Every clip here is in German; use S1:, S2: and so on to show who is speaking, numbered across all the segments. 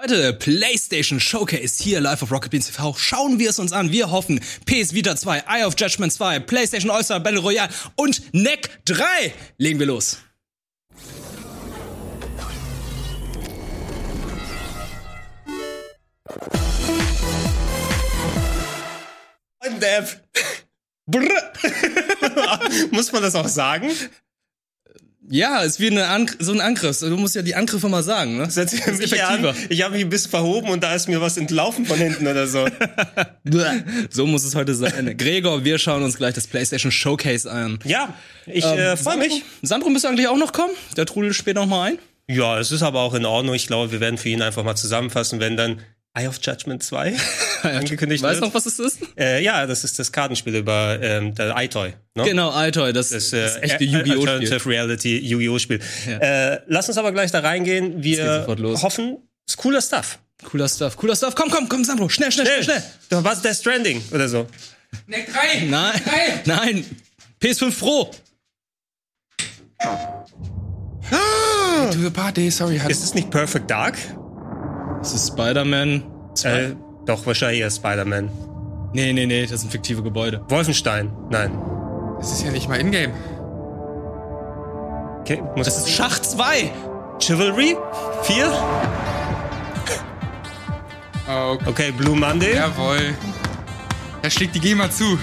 S1: Heute PlayStation Showcase hier live auf Rocket Beans TV. Schauen wir es uns an. Wir hoffen PS Vita 2, Eye of Judgment 2, PlayStation All-Star Battle Royale und Neck 3. Legen wir los.
S2: Und Depp. Brr. Muss man das auch sagen?
S1: Ja, ist wie eine An so ein Angriff. Du musst ja die Angriffe mal sagen, ne?
S2: Setz ich mich hier an. Ich habe mich ein bisschen verhoben und da ist mir was entlaufen von hinten oder so.
S1: So muss es heute sein. Gregor, wir schauen uns gleich das PlayStation Showcase an.
S2: Ja, ich
S1: Ähm,
S2: äh, freue mich.
S1: Sandro, müsste eigentlich auch noch kommen? Der trudelt später noch mal ein.
S2: Ja, es ist aber auch in Ordnung. Ich glaube, wir werden für ihn einfach mal zusammenfassen, wenn dann Eye of Judgment 2 angekündigt
S1: Weißt
S2: wird.
S1: du noch, was es ist?
S2: Äh, ja, das ist das Kartenspiel über ähm, der iToy. Ne?
S1: Genau, Altoy, das,
S2: Das,
S1: das,
S2: äh,
S1: echte
S2: äh,
S1: Yu-Gi-Oh! Spiel.
S2: Alternative Reality Yu-Gi-Oh! Spiel. Äh, lass uns aber gleich da reingehen.
S1: geht
S2: Wir
S1: sofort los.
S2: hoffen, es ist cooler Stuff.
S1: Cooler Stuff, cooler Stuff. Komm, komm, komm, Sandro, schnell, schnell, schnell, schnell.
S2: Da war Äh, Death Stranding oder so.
S3: Neck 3!
S1: Nein,
S3: Geil.
S1: nein. PS5 Pro.
S3: To the party, sorry, hat
S2: Ist es nicht Perfect Dark?
S1: Das ist Spider-Man.
S2: Äh, doch, wahrscheinlich eher Spider-Man.
S1: Nee, nee, nee, das sind fiktive Gebäude.
S2: Wolfenstein? Nein.
S3: Das ist ja nicht mal Ingame.
S2: Okay, muss
S1: Das ist Schach 2.
S2: Chivalry? Vier?
S3: Oh, okay.
S2: Okay, Blue Monday.
S3: Jawohl. Da schlägt die GEMA zu.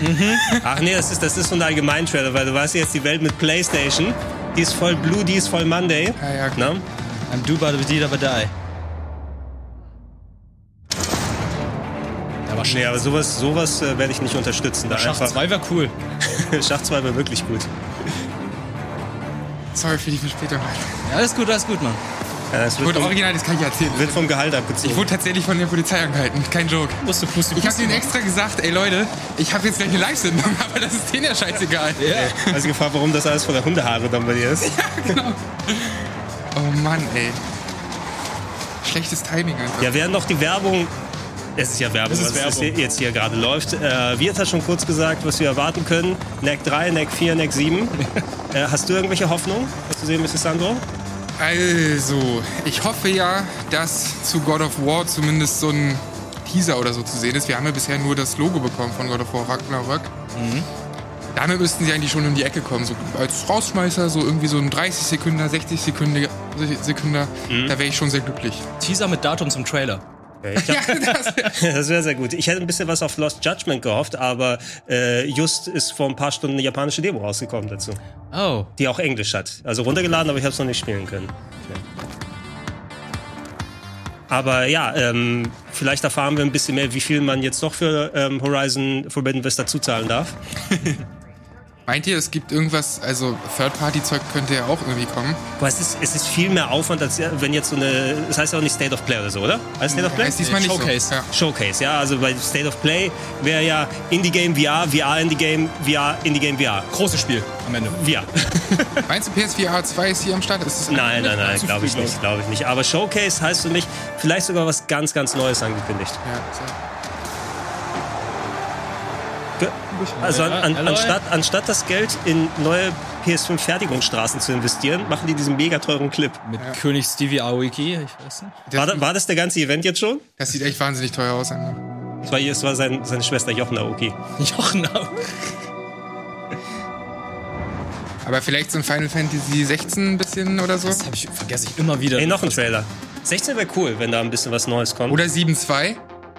S2: Ach nee, das ist, das ist so ein Allgemeintrailer, weil du weißt jetzt, die Welt mit Playstation, die ist voll Blue, die ist voll Monday.
S3: Ja, ja, klar.
S2: Ne?
S1: I'm do but did aber die. Da war
S2: Nee,
S1: Schach,
S2: aber sowas, sowas äh, werde ich nicht unterstützen. Da
S1: Schach
S2: einfach.
S1: 2 war cool.
S2: Schach 2 war wirklich gut.
S3: Sorry für die Verspätung. Ich
S1: Ja, alles gut, alles gut, Mann.
S2: Ja, das wird
S3: wurde
S2: vom,
S3: original, das kann ich erzählen.
S2: wird vom Gehalt abgezogen.
S3: Ich wurde tatsächlich von der Polizei angehalten. Kein Joke.
S1: Musst du Pusti
S3: Ich habe denen extra gesagt, ey Leute, ich habe jetzt gleich eine Live-Sendung, aber das ist denen ja scheißegal.
S1: Ja.
S2: also gefragt, warum das alles voller Hundehaare dann bei dir ist.
S3: Oh Mann, ey. Schlechtes Timing einfach.
S2: Ja, während noch die Werbung. Es ist ja Werbung,
S1: Es ist
S2: was
S1: Werbung.
S2: hier- jetzt hier gerade läuft. Äh, Wirt hat schon kurz gesagt, was wir erwarten können. Neck 3, Neck 4, Neck 7. äh, hast du irgendwelche Hoffnung? Hast du sehen, Mrs. Sandro?
S3: Also, ich hoffe ja, dass zu God of War zumindest so ein Teaser oder so zu sehen ist. Wir haben ja bisher nur das Logo bekommen von God of War Ragnarok. Damit müssten sie eigentlich schon um die Ecke kommen. So als Rausschmeißer, so irgendwie so ein 30 Sekunder, 60 Sekunder, Sekunder da wäre ich schon sehr glücklich.
S1: Teaser mit Datum zum Trailer.
S2: Ich hab,
S3: das,
S2: das wäre sehr gut. Ich hätte ein bisschen was auf Lost Judgment gehofft, aber äh, just ist vor ein paar Stunden eine japanische Demo rausgekommen dazu,
S1: Oh.
S2: die auch Englisch hat. Also runtergeladen, aber ich habe es noch nicht spielen können. Okay. Aber ja, ähm, vielleicht erfahren wir ein bisschen mehr, wie viel man jetzt noch für ähm, Horizon Forbidden West dazuzahlen darf.
S3: meint ihr, es gibt irgendwas, also Third-Party-Zeug könnte ja auch irgendwie kommen?
S2: Boah, es ist, es ist viel mehr Aufwand, als äh, wenn jetzt so eine. Das heißt ja auch nicht State of Play oder so, oder? Heißt State of Play?
S3: Heißt diesmal nicht
S1: Showcase.
S3: so. Ja.
S2: Showcase, ja. Also bei State of Play wäre ja Indie-Game VR, VR, Indie-Game, VR, Indie-Game VR.
S1: Großes Spiel am Ende.
S2: VR.
S3: Meinst du, PSVR 2 ist hier am Start? Ist es
S2: Nein, nein, nein, glaube ich nicht, glaube ich nicht. Aber Showcase heißt für mich vielleicht sogar was ganz, ganz Neues angekündigt.
S3: Ja, so.
S2: Ge- Also an, an,
S1: Alloy?
S2: anstatt, anstatt das Geld in neue PS5-Fertigungsstraßen zu investieren, machen die diesen mega teuren Clip.
S1: Mit König Stevie Aoki, ich weiß nicht.
S2: War, da- war das der ganze Event jetzt schon?
S3: Das sieht echt wahnsinnig teuer aus. Alter.
S2: Es war, es war sein, seine Schwester Jochen Aoki.
S1: Jochen Aoki.
S3: Aber vielleicht so ein Final Fantasy 16 ein bisschen oder so?
S1: Das hab ich, vergesse ich immer wieder.
S2: Ey, noch ein Trailer. 16 wäre cool, wenn da ein bisschen was Neues kommt.
S3: Oder 7.2.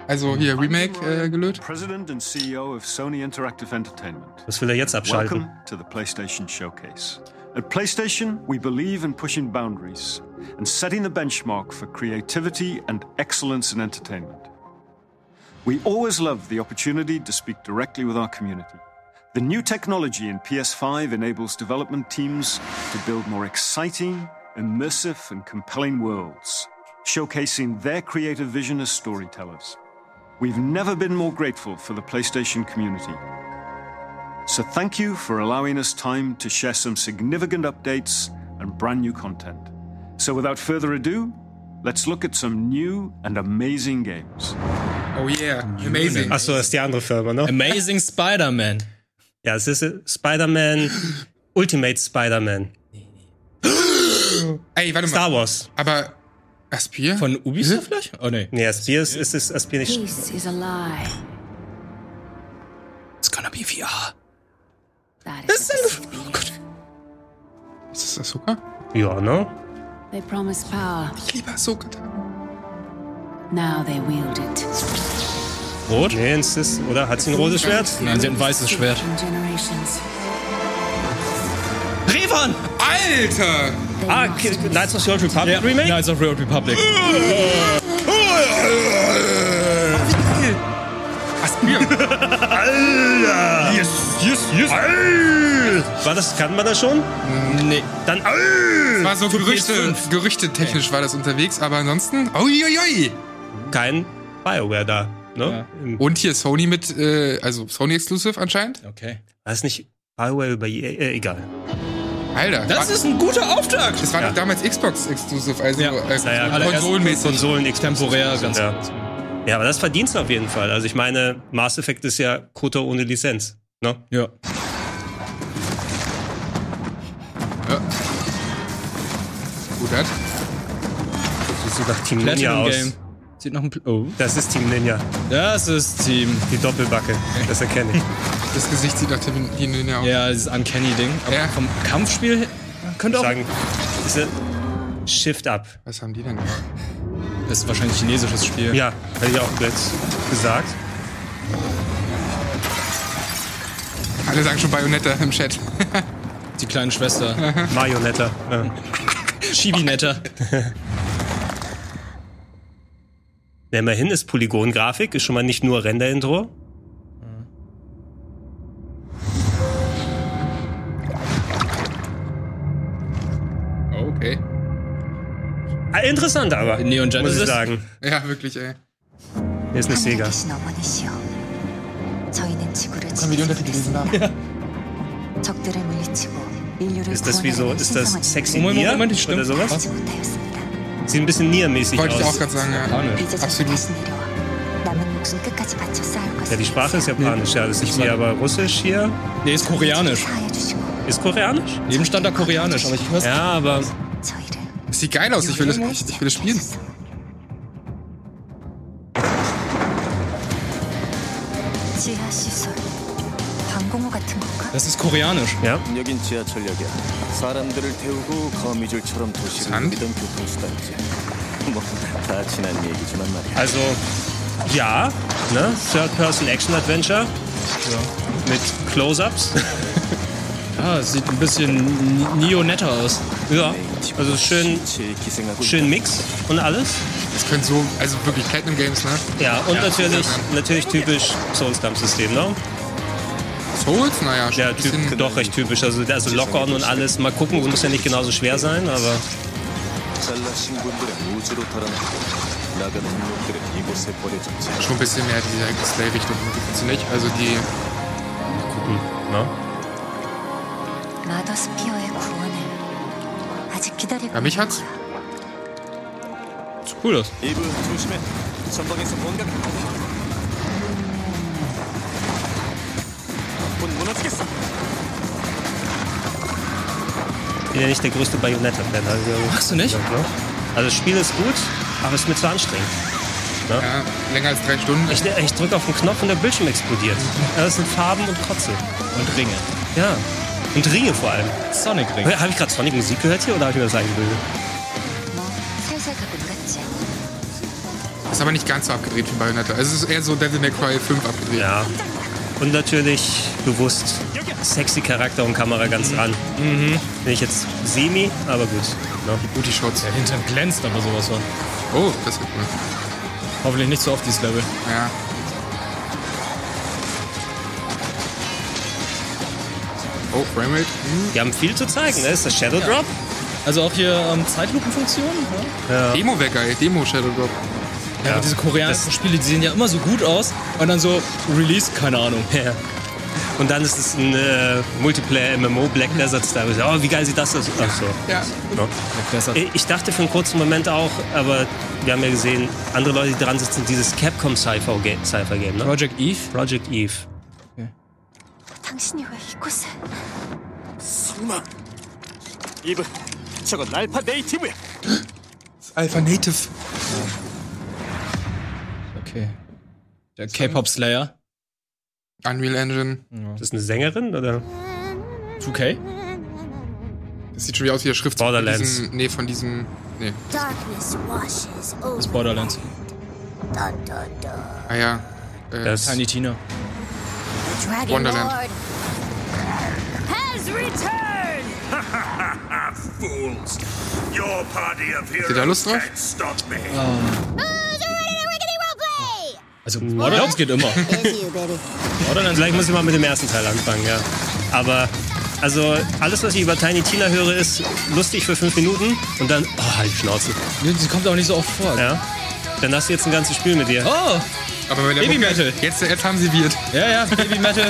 S3: Also hier Remake äh, gelöt.
S4: President and CEO of Sony Interactive Entertainment.
S2: was will er jetzt abschalten?
S4: Welcome to the PlayStation Showcase. At PlayStation, we believe in pushing boundaries and setting the benchmark for creativity and excellence in entertainment. We always love the opportunity to speak directly with our community. The new technology in PS5 enables development teams to build more exciting, immersive, and compelling worlds, showcasing their creative vision as storytellers. We've never been more grateful for the PlayStation community. So thank you for allowing us time to share some significant updates and brand new content. So without further ado, let's look at some new and amazing games.
S3: Oh yeah, amazing.
S2: Achso, das ist die andere Firma,
S1: Ähm.
S2: ne?
S1: Amazing Spider-Man.
S2: Ja, es ist äh, Spider-Man, Ultimate Spider-Man,
S3: Ey, warte mal.
S2: Star Wars.
S3: Aber Aspir?
S1: Von Ubisoft vielleicht? Oh nee.
S2: Nee, Aspir ist, ist, ist Aspir nicht.
S5: Peace is a lie.
S1: It's gonna be VR.
S5: That
S1: Das
S5: is
S1: ist ein Gef- Oh Gott.
S3: Ist das Ahsoka?
S2: Ja, ne?
S5: They promised power.
S3: Ich liebe Ahsoka. Tano.
S5: Now they wield it.
S1: Rot?
S2: Nee, ein Sis. Oder hat sie ein rotes Schwert?
S1: Nein, sie hat ein weißes Schwert.
S5: In generations.
S1: Revan!
S3: Alter!
S5: They
S2: Ah,
S5: must
S2: Ki- Knights of the Old Republic Remake?
S1: Knights of the Old Republic.
S3: Aspir!
S2: Yes, yes, yes. War das, kann man das schon?
S1: Nee.
S2: Dann. Au!
S3: War so Gerüchte,
S1: PS5.
S3: Gerüchte technisch war das unterwegs, aber ansonsten. Uiuiui!
S2: Kein Bioware da. Ne? Im-
S3: Und hier Sony mit, äh, also Sony Exclusive anscheinnd.
S1: Okay.
S2: War es nicht Bioware über EA? Äh, egal.
S3: Alter.
S1: Das
S3: war,
S1: ist ein guter Auftakt!
S3: das war
S2: ja.
S3: doch damals Xbox Exclusive, also
S1: Ja.
S3: äh,
S2: Naja,
S1: allererst-
S3: konsolenmäßig.
S2: Konsolen
S1: Temporär, ganz
S2: Ja.
S1: kurz.
S2: Ja, aber das verdienst du auf jeden Fall. Also ich meine, Mass Effect ist ja Koto ohne Lizenz. Ne?
S1: Ja.
S3: Gut hat.
S2: Das sieht nach Team Ninja
S1: Platinum
S2: aus.
S1: Game. Sieht nach einem. Pl oh.
S2: Das ist Team Ninja.
S1: Das ist Team.
S2: Die Doppelbacke. Das erkenne ich.
S3: Das Gesicht sieht nach Tim Hinne aus.
S1: Ja, dieses Uncanny-Ding. Aber
S3: Ja.
S1: vom Kampfspiel her- könnte auch.
S2: Sagen, diese Shift Up.
S3: Was haben die denn gemacht?
S1: Das ist wahrscheinlich ein chinesisches Spiel.
S2: Ja, hätte ich auch jetzt gesagt.
S3: Alle sagen schon Bayonetta im Chat.
S1: Die kleine Schwester.
S2: Marionetta. Ja.
S1: Chibi-Netter.
S2: Na, immerhin ist Polygon-Grafik, ist schon mal nicht nur Render-Intro.
S1: Oh,
S3: Okay.
S2: Ah, interessant aber,
S1: Neon
S2: muss ich
S1: Genesis?
S2: sagen.
S3: Ja, wirklich, ey.
S2: Hier ist eine Sega.
S6: 하늘을 넘어내시오. 저희는 지구를 지키겠습니다.
S3: Ja.
S6: 적들을 물리치고 인류를
S2: Ist das wie so, ist das sexy
S1: Moment, Moment,
S2: Nier
S1: Moment, die
S2: oder
S1: stimmt.
S2: sowas?
S6: 지 못하였습니다.
S2: Sieht ein bisschen Nier-mäßig
S3: Wollte ich auch
S2: aus.
S3: gerade sagen, ja.
S6: 이제 저는
S3: absolut.
S6: 다시 내려와 남은 목숨 끝까지 바쳐 싸울
S2: Ja,
S6: 것을
S2: die Sprache ist japanisch, ja, das ist nicht Nier, aber russisch hier
S1: Nee, ist koreanisch.
S6: 사해 주시고
S2: ist koreanisch.
S1: Eben stand da koreanisch, aber ich hör's.
S2: Ja, aber
S6: 저희를
S3: Das sieht geil aus, ich will das, ich will das spielen.
S6: 지켜주소서. 지하 시설 방공호 같은 것과
S1: Das ist koreanisch.
S2: ja,
S7: 여긴 지하철역이야. 사람들을 태우고 거미줄처럼 도시를
S3: 산?
S7: 누비던 교통수단이지. 뭐다 지난 얘기지만 말이야.
S2: also ja, ne? Third-Person-Action-Adventure mit Close-Ups.
S1: Ah, es sieht ein bisschen neonetter aus.
S2: ja, also schön,
S7: 제 기생하고
S2: schön Mix und alles.
S3: Das könnte so, also wirklich Platinum Games, ne?
S2: Ja, und natürlich, natürlich typisch Souls-Dump-System, ne?
S3: Souls, naja, schon
S2: Ja,
S3: ein
S2: typ,
S3: bisschen. äh,
S2: doch recht typisch. Also, also Lock-On und alles. Mal gucken, muss ja nicht genauso schwer sein, aber
S7: 잘라 신군들의 우주로 털어놓고 나가는 놈들의 이곳에 버려졌지.
S3: Schon ein bisschen mehr in die Slay-Richtung, findest du nicht? Also die,
S2: ne?
S6: 마더스피어의 구원을 아직 기다리고
S3: Ja, mich
S6: 있는
S3: hat's.
S6: 거야.
S1: Sieht cool aus.
S7: 이브 조심해. 전방에서 뭔가 나온다. 곧 무너지겠어.
S2: Bin ja nicht der größte Bayonetta-Fan. Also,
S1: Machst du nicht?
S2: Ne? Also, das Spiel ist gut, aber es ist mir zu anstrengend.
S3: ja, länger als drei Stunden.
S2: Ich, ich drücke auf den Knopf und der Bildschirm explodiert. Das sind Farben und Kotze.
S1: Und Ringe.
S2: Ja. Und Ringe vor allem.
S1: Sonic-Ringe.
S2: Habe ich gerade Sonic Musik gehört hier oder habe ich mir das eingebildet?
S6: 뭐 살살 가고 놀았지
S3: Ist aber nicht ganz so abgedreht wie Bayonetta. Also es ist eher so Devil May Cry 5 abgedreht.
S2: Ja. Und natürlich bewusst sexy Charakter und Kamera ganz ran. Mhm. Bin ich jetzt semi, aber gut. Ne?
S3: Booty Shots.
S1: Der Hintern glänzt aber sowas von.
S3: Oh, das wird cool.
S1: Hoffentlich nicht so oft dieses Level.
S3: Ja. Oh, Framerate. Hm.
S2: Die haben viel zu zeigen, ne? Ist das Shadow Drop?
S1: Also auch hier ähm, Zeitlupenfunktion. Ja?
S3: Demo wäre geil. Demo Shadow Drop.
S1: Ja, aber diese koreanischen Spiele, die sehen ja immer so gut aus. Und dann so Release, keine Ahnung.
S2: Ja. Und dann ist es ein äh, Multiplayer-MMO, Black Desert Style. Oh, wie geil sieht das aus? Ach so.
S3: Ja.
S2: ne?
S1: Deshalb
S2: Ich- Ich dachte für einen kurzen Moment auch, aber wir haben ja gesehen, andere Leute, die dran sitzen, dieses Capcom Sci-Fi-Game, Sci-Fi ne?
S1: Project Eve.
S2: Project Eve.
S6: 당신이 왜 이곳에
S7: 설마. 이브 저건 알파 네이티브야.
S3: Alpha Native.
S1: Okay. Der K-Pop Slayer.
S3: Unreal Engine.
S2: Das ist eine Sängerin oder?
S1: 2K?
S3: Das sieht schon wieder aus wie der Schriftzug. von
S2: Borderlands.
S3: Diesem, nee, von diesem. Nee.
S8: Darkness washes
S1: Das ist
S8: over.
S1: Borderlands.
S8: Dun, dun, dun.
S3: Ah ja. Äh,
S2: Das
S1: Tiny Tina.
S8: Dragon
S3: Wonderland.
S8: Lord has returned.
S9: Fools! Your party of
S3: ihr da
S9: heroes
S3: Lust drauf?
S9: can't stop me.
S6: Oh,
S1: Also Borderlands geht immer.
S8: Is you, baby.
S1: Borderlands.
S2: Hm. Vielleicht muss ich mal mit dem ersten Teil anfangen, ja. Aber also alles, was ich über Tiny Tina höre, ist lustig für fünf Minuten und dann oh, halt die Schnauze.
S1: Sie kommt auch nicht so oft vor.
S2: Ja. Dann hast du jetzt ein ganzes Spiel mit dir.
S1: Oh!
S3: Aber wenn der
S1: Baby
S3: Mucke-
S1: Metal.
S3: Jetzt, jetzt haben sie Wirt.
S1: Ja, ja, Baby Metal.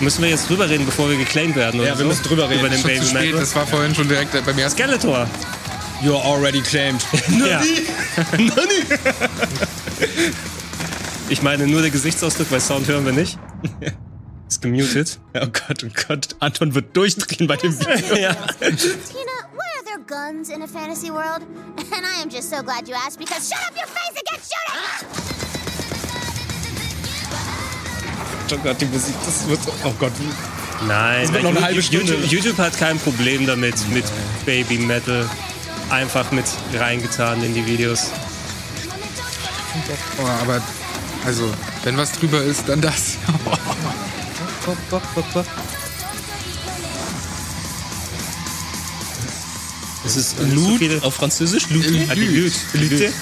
S2: Müssen wir jetzt drüber reden, bevor wir geclaimed werden? Oder
S1: Ja, wir
S2: so?
S1: müssen drüber reden.
S2: Über den
S3: Schon zu
S2: Baby
S3: spät.
S2: Metal.
S3: Das war vorhin schon direkt äh, beim ersten.
S2: Skeletor.
S1: You're already claimed.
S2: Ja. ich meine, nur der Gesichtsausdruck, weil Sound hören wir nicht. Ist gemutet.
S1: Oh Gott, oh Gott. Anton wird durchdrehen bei dem Video.
S8: Tina, what are there guns in a fantasy world? And I am just so glad you asked because shut up your face and get
S2: Ah!
S8: shooting!
S1: Oh Gott, die Musik, das wird. Oh Gott,
S2: Nein,
S1: wird
S2: weil
S1: noch eine halbe
S2: YouTube-
S1: Stunde.
S2: YouTube, YouTube hat kein Problem damit, mit Baby Metal einfach mit reingetan in die Videos.
S3: Oh, aber. Also, wenn was drüber ist, dann das.
S1: das ist
S2: so
S1: Loot
S2: viele-
S1: auf Französisch. Loot.
S2: Ah, die Lüt. Lüt.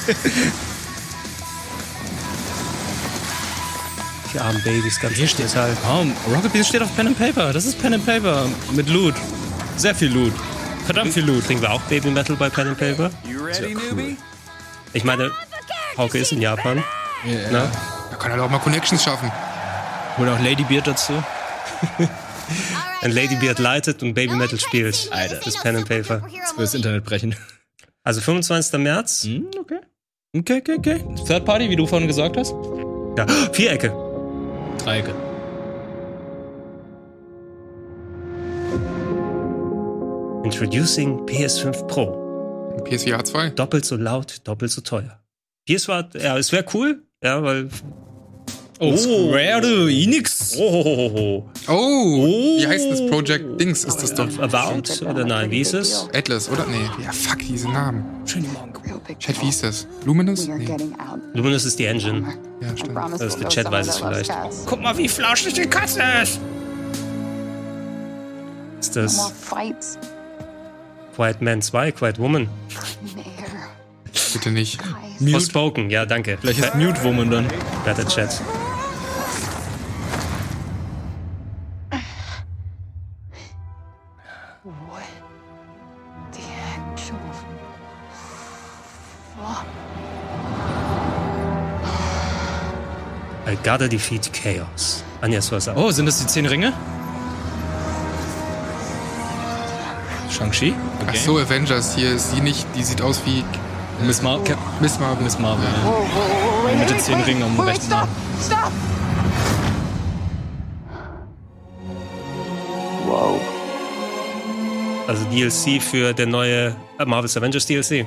S2: Die armen Babys, ganz Hier steht halt.
S1: Wow, Rocket Beans steht auf Pen and Paper. Das ist Pen and Paper mit Loot. Sehr viel Loot. Verdammt viel Loot.
S2: Kriegen wir auch Baby Metal bei Pen and Paper? Ich meine, Hauke ist in Japan. ne?
S3: Da kann er doch mal Connections schaffen.
S1: Oder auch Lady Beard dazu.
S2: Und
S8: uh,
S2: Lady Beard leitet und Baby Metal spielt.
S8: Alter.
S2: Das ist Pen and Paper.
S1: Für das Internet brechen.
S2: Also 25. März.
S1: Hm, okay. Okay, okay, okay. Third Party, wie du vorhin gesagt hast.
S2: Ja. Vierecke.
S1: Dreiecke.
S2: Introducing PS5 Pro.
S3: PSVR 2.
S2: doppelt so laut, doppelt so teuer. Hier ist war, ja, es wäre cool, ja, weil.
S1: Oh, Square Enix.
S2: Oh, oh, oh,
S3: Oh, Wie heißt das? Project Dings ist das doch.
S2: oh. About oder nein, wie ist es?
S3: Atlas, oder? Nee. Ja, fuck, diese Namen. Chat,
S10: Chat,
S3: wie hieß das? Luminous?
S10: You're
S3: Nee.
S10: getting out.
S2: Luminous ist die Engine.
S3: Ja, stimmt.
S10: Promise
S2: Das ist
S10: we'll go
S2: der Chat
S10: somewhere
S2: weiß es
S10: that loves
S2: vielleicht.
S10: cats.
S1: Guck mal, wie flauschig die Katze ist.
S2: Ist
S10: More
S2: das
S10: fights.
S2: Quiet Man 2, Quiet Woman?
S10: Mayor.
S3: Bitte nicht.
S2: Forspoken, ja, danke.
S1: Vielleicht ist Mute Woman dann.
S2: Better Chat.
S10: What the actual fuck?
S2: I gotta defeat Chaos. Anja Sosa.
S1: Oh, sind das die zehn Ringe? Shang-Chi?
S3: Ach so, Avengers. Hier ist sie nicht. Die sieht aus wie
S1: Miss, Mar Cap-
S3: Miss Marvel.
S1: Miss Marvel. ja. Mit den zehn Ringen am rechten Arm.
S2: Also DLC für der neue äh, Marvel's Avengers DLC.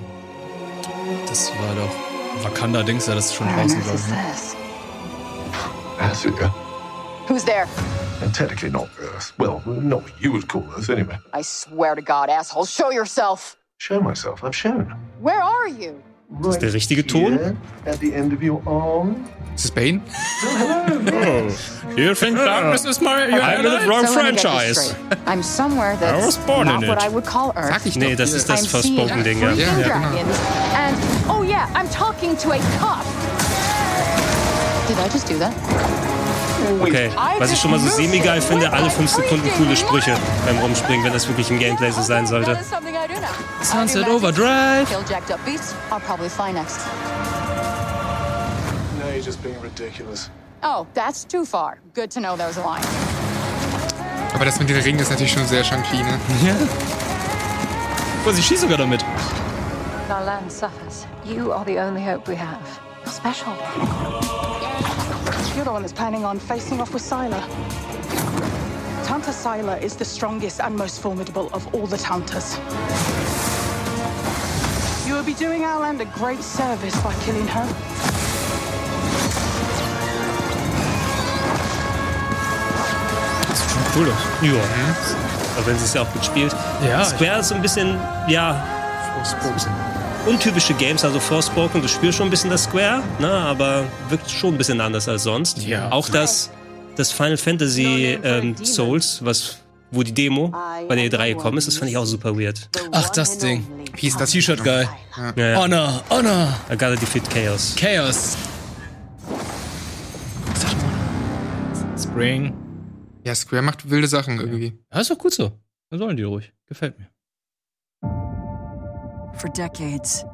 S1: Das war doch. Wakanda Dings, ja, das ist schon
S10: Where on
S1: draußen,
S10: earth
S1: glaube ich.
S10: is
S1: Ne?
S10: this?
S9: Africa.
S10: Who's there?
S9: And technically not Earth. Well, not what you would call Earth anyway.
S10: I swear to God, asshole, show yourself.
S9: Show myself. I've shown.
S10: Where are you?
S9: Right
S2: Ist der richtige Ton?
S9: here, at the end of your arm.
S3: Ist das Bane?
S1: You think darkness
S2: Ah,
S1: is my. I'm the wrong
S10: So let me get this straight. I'm somewhere that's
S1: was born
S10: not
S1: in
S10: what
S1: it.
S10: I would call Earth.
S3: Sag ich
S2: Nee,
S3: doch.
S2: das
S3: hier.
S2: ist das
S10: I'm seeing
S2: Forspoken-Ding, ja.
S10: freaking
S3: Ja, ja, genau.
S10: dragons. And oh yeah, I'm talking to a cop. Did I just do that?
S2: Okay, was ich schon mal so semi-geil finde, alle fünf Sekunden coole Sprüche beim Rumspringen, wenn das wirklich im Gameplay so sein sollte.
S1: Sunset Overdrive.
S10: Kill jacked up beasts. I'll probably fly next.
S9: Now you're just being ridiculous.
S10: Oh, that's too far. Good to know those lines.
S3: Aber das mit den Ringen ist natürlich schon sehr Shang-Chi, ne?
S1: Boah, sie schießt sogar damit.
S10: Our land suffers. You are the only hope we have. You're special.
S11: You're the one that's planning on facing off with Scylla. Tanta Scylla is the strongest and most formidable of all the Tantas. You be doing our land a great service by killing her.
S2: Das ist schon cool aus. Ja. Aber wenn sie es ja auch gut spielt.
S12: Ja,
S2: Square ist so ein bisschen, ja. Forspoken. Untypische Games, also Forspoken, du spürst schon ein bisschen das Square, ne, aber wirkt schon ein bisschen anders als sonst.
S12: Ja.
S2: Auch das, das Final Fantasy ähm, Souls, was, wo die Demo bei der E3 gekommen ist, das fand ich auch super weird.
S1: Ach, das Ding.
S3: Wie ist das?
S1: T-Shirt geil.
S2: Ja, ja.
S1: Honor, Honor.
S2: I gotta defeat Chaos.
S1: Chaos. Spring.
S3: Ja, Square macht wilde Sachen irgendwie.
S1: Ja, ist doch gut so. Dann sollen die ruhig. Gefällt mir.
S13: For decades,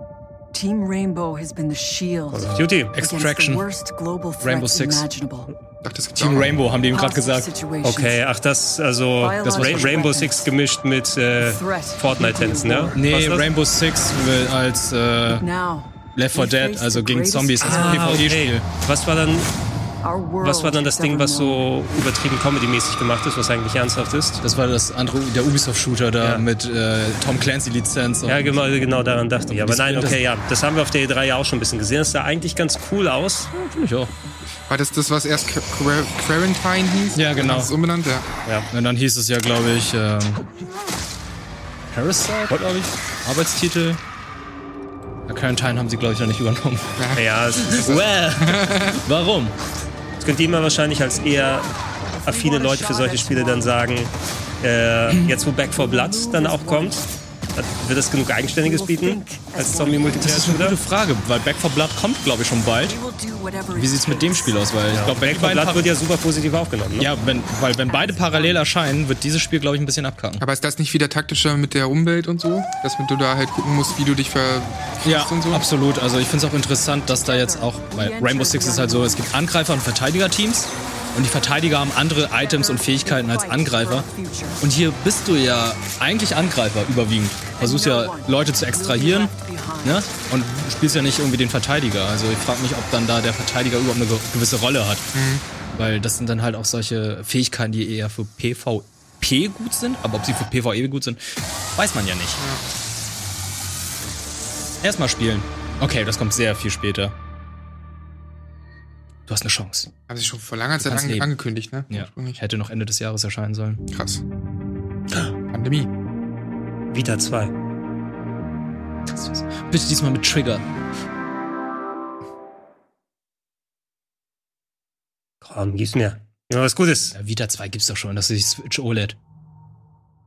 S13: Team Rainbow has been the shield
S2: Call of Duty.
S13: against
S1: Extraction.
S13: the worst global threats
S1: Also Rainbow Six.
S13: imaginable.
S3: Dachte, es gibt
S1: Team
S3: auch-
S1: Rainbow haben die ihm gerade gesagt.
S2: Okay, ach, das, also,
S13: Das
S2: das
S13: war's
S2: Ra
S13: schon.
S2: Rainbow Six gemischt mit äh, Fortnite-Tänzen, ne? Was
S1: Nee,
S2: ist das?
S1: Rainbow Six will als äh,
S13: Now,
S1: Left 4 Dead, also gegen Zombies, das
S2: Ah,
S1: PvE-Spiel.
S2: okay. Was war dann,
S13: our world
S2: was war dann das Ding, was so übertrieben comedy-mäßig gemacht ist, was eigentlich ernsthaft ist?
S1: Das war das andere, der Ubisoft-Shooter da mit äh, Tom Clancy-Lizenz. und-
S2: Ja, genau, genau daran dachte ich. Aber
S1: Das-
S2: nein,
S1: das-
S2: okay, ja. Das haben wir auf der E3 ja auch schon ein bisschen gesehen. Das sah eigentlich ganz cool aus.
S1: Finde ich auch.
S3: War das das, was erst Qu- Qu- Quarantine hieß?
S1: Ja, genau.
S3: Das ist umbenannt, ja.
S2: Ja.
S1: Und dann hieß es ja, glaube ich, ähm, Parasite, glaube ich. Arbeitstitel. Ja, Quarantine haben sie, glaube ich, noch nicht übernommen.
S2: Ja, es, es,
S1: Well, warum?
S2: es könnte immer wahrscheinlich als eher affine Leute für solche Spiele dann sagen, äh, jetzt wo Back for Blood dann auch kommt, wird das genug Eigenständiges bieten als
S1: Das ist eine
S2: Zombie-Multiplayer-Shooter?
S1: gute Frage, weil Back 4 Blood kommt, glaube ich, schon bald. Wie sieht's mit dem Spiel aus? Weil ich glaube, wenn die
S2: Back 4
S1: beiden
S2: Blood
S1: par-
S2: wird ja super positiv aufgenommen. Ne?
S1: ja, wenn, weil wenn beide parallel erscheinen, wird dieses Spiel, glaube ich, ein bisschen abkacken.
S3: Aber ist das nicht wieder taktischer mit der Umwelt und so? Dass du da halt gucken musst, wie du dich ver...
S1: Ja, absolut. Also ich finde es auch interessant, dass da jetzt auch bei Rainbow Six ist halt so, es gibt Angreifer- und Verteidigerteams und die Verteidiger haben andere Items und Fähigkeiten als Angreifer. Und hier bist du ja eigentlich Angreifer überwiegend. Versuchst ja Leute zu extrahieren ne? und spielst ja nicht irgendwie den Verteidiger. Also ich frage mich, ob dann da der Verteidiger überhaupt eine ge- gewisse Rolle hat. Weil das sind dann halt auch solche Fähigkeiten, die eher für PvP gut sind, aber ob sie für PvE gut sind, weiß man ja nicht. Erstmal spielen. Okay, das kommt sehr viel später. Du hast eine Chance.
S3: Haben sie schon vor langer Zeit
S1: kannst
S3: ange
S1: leben.
S3: angekündigt, ne?
S1: Ja. Hätte noch Ende des Jahres erscheinen sollen.
S3: Krass. Pandemie.
S2: Vita 2.
S1: Bitte diesmal mit Trigger.
S2: Komm, gib's mir. Ja, was Gutes.
S1: Ja, Vita 2 gibt's doch schon, das ist die Switch OLED.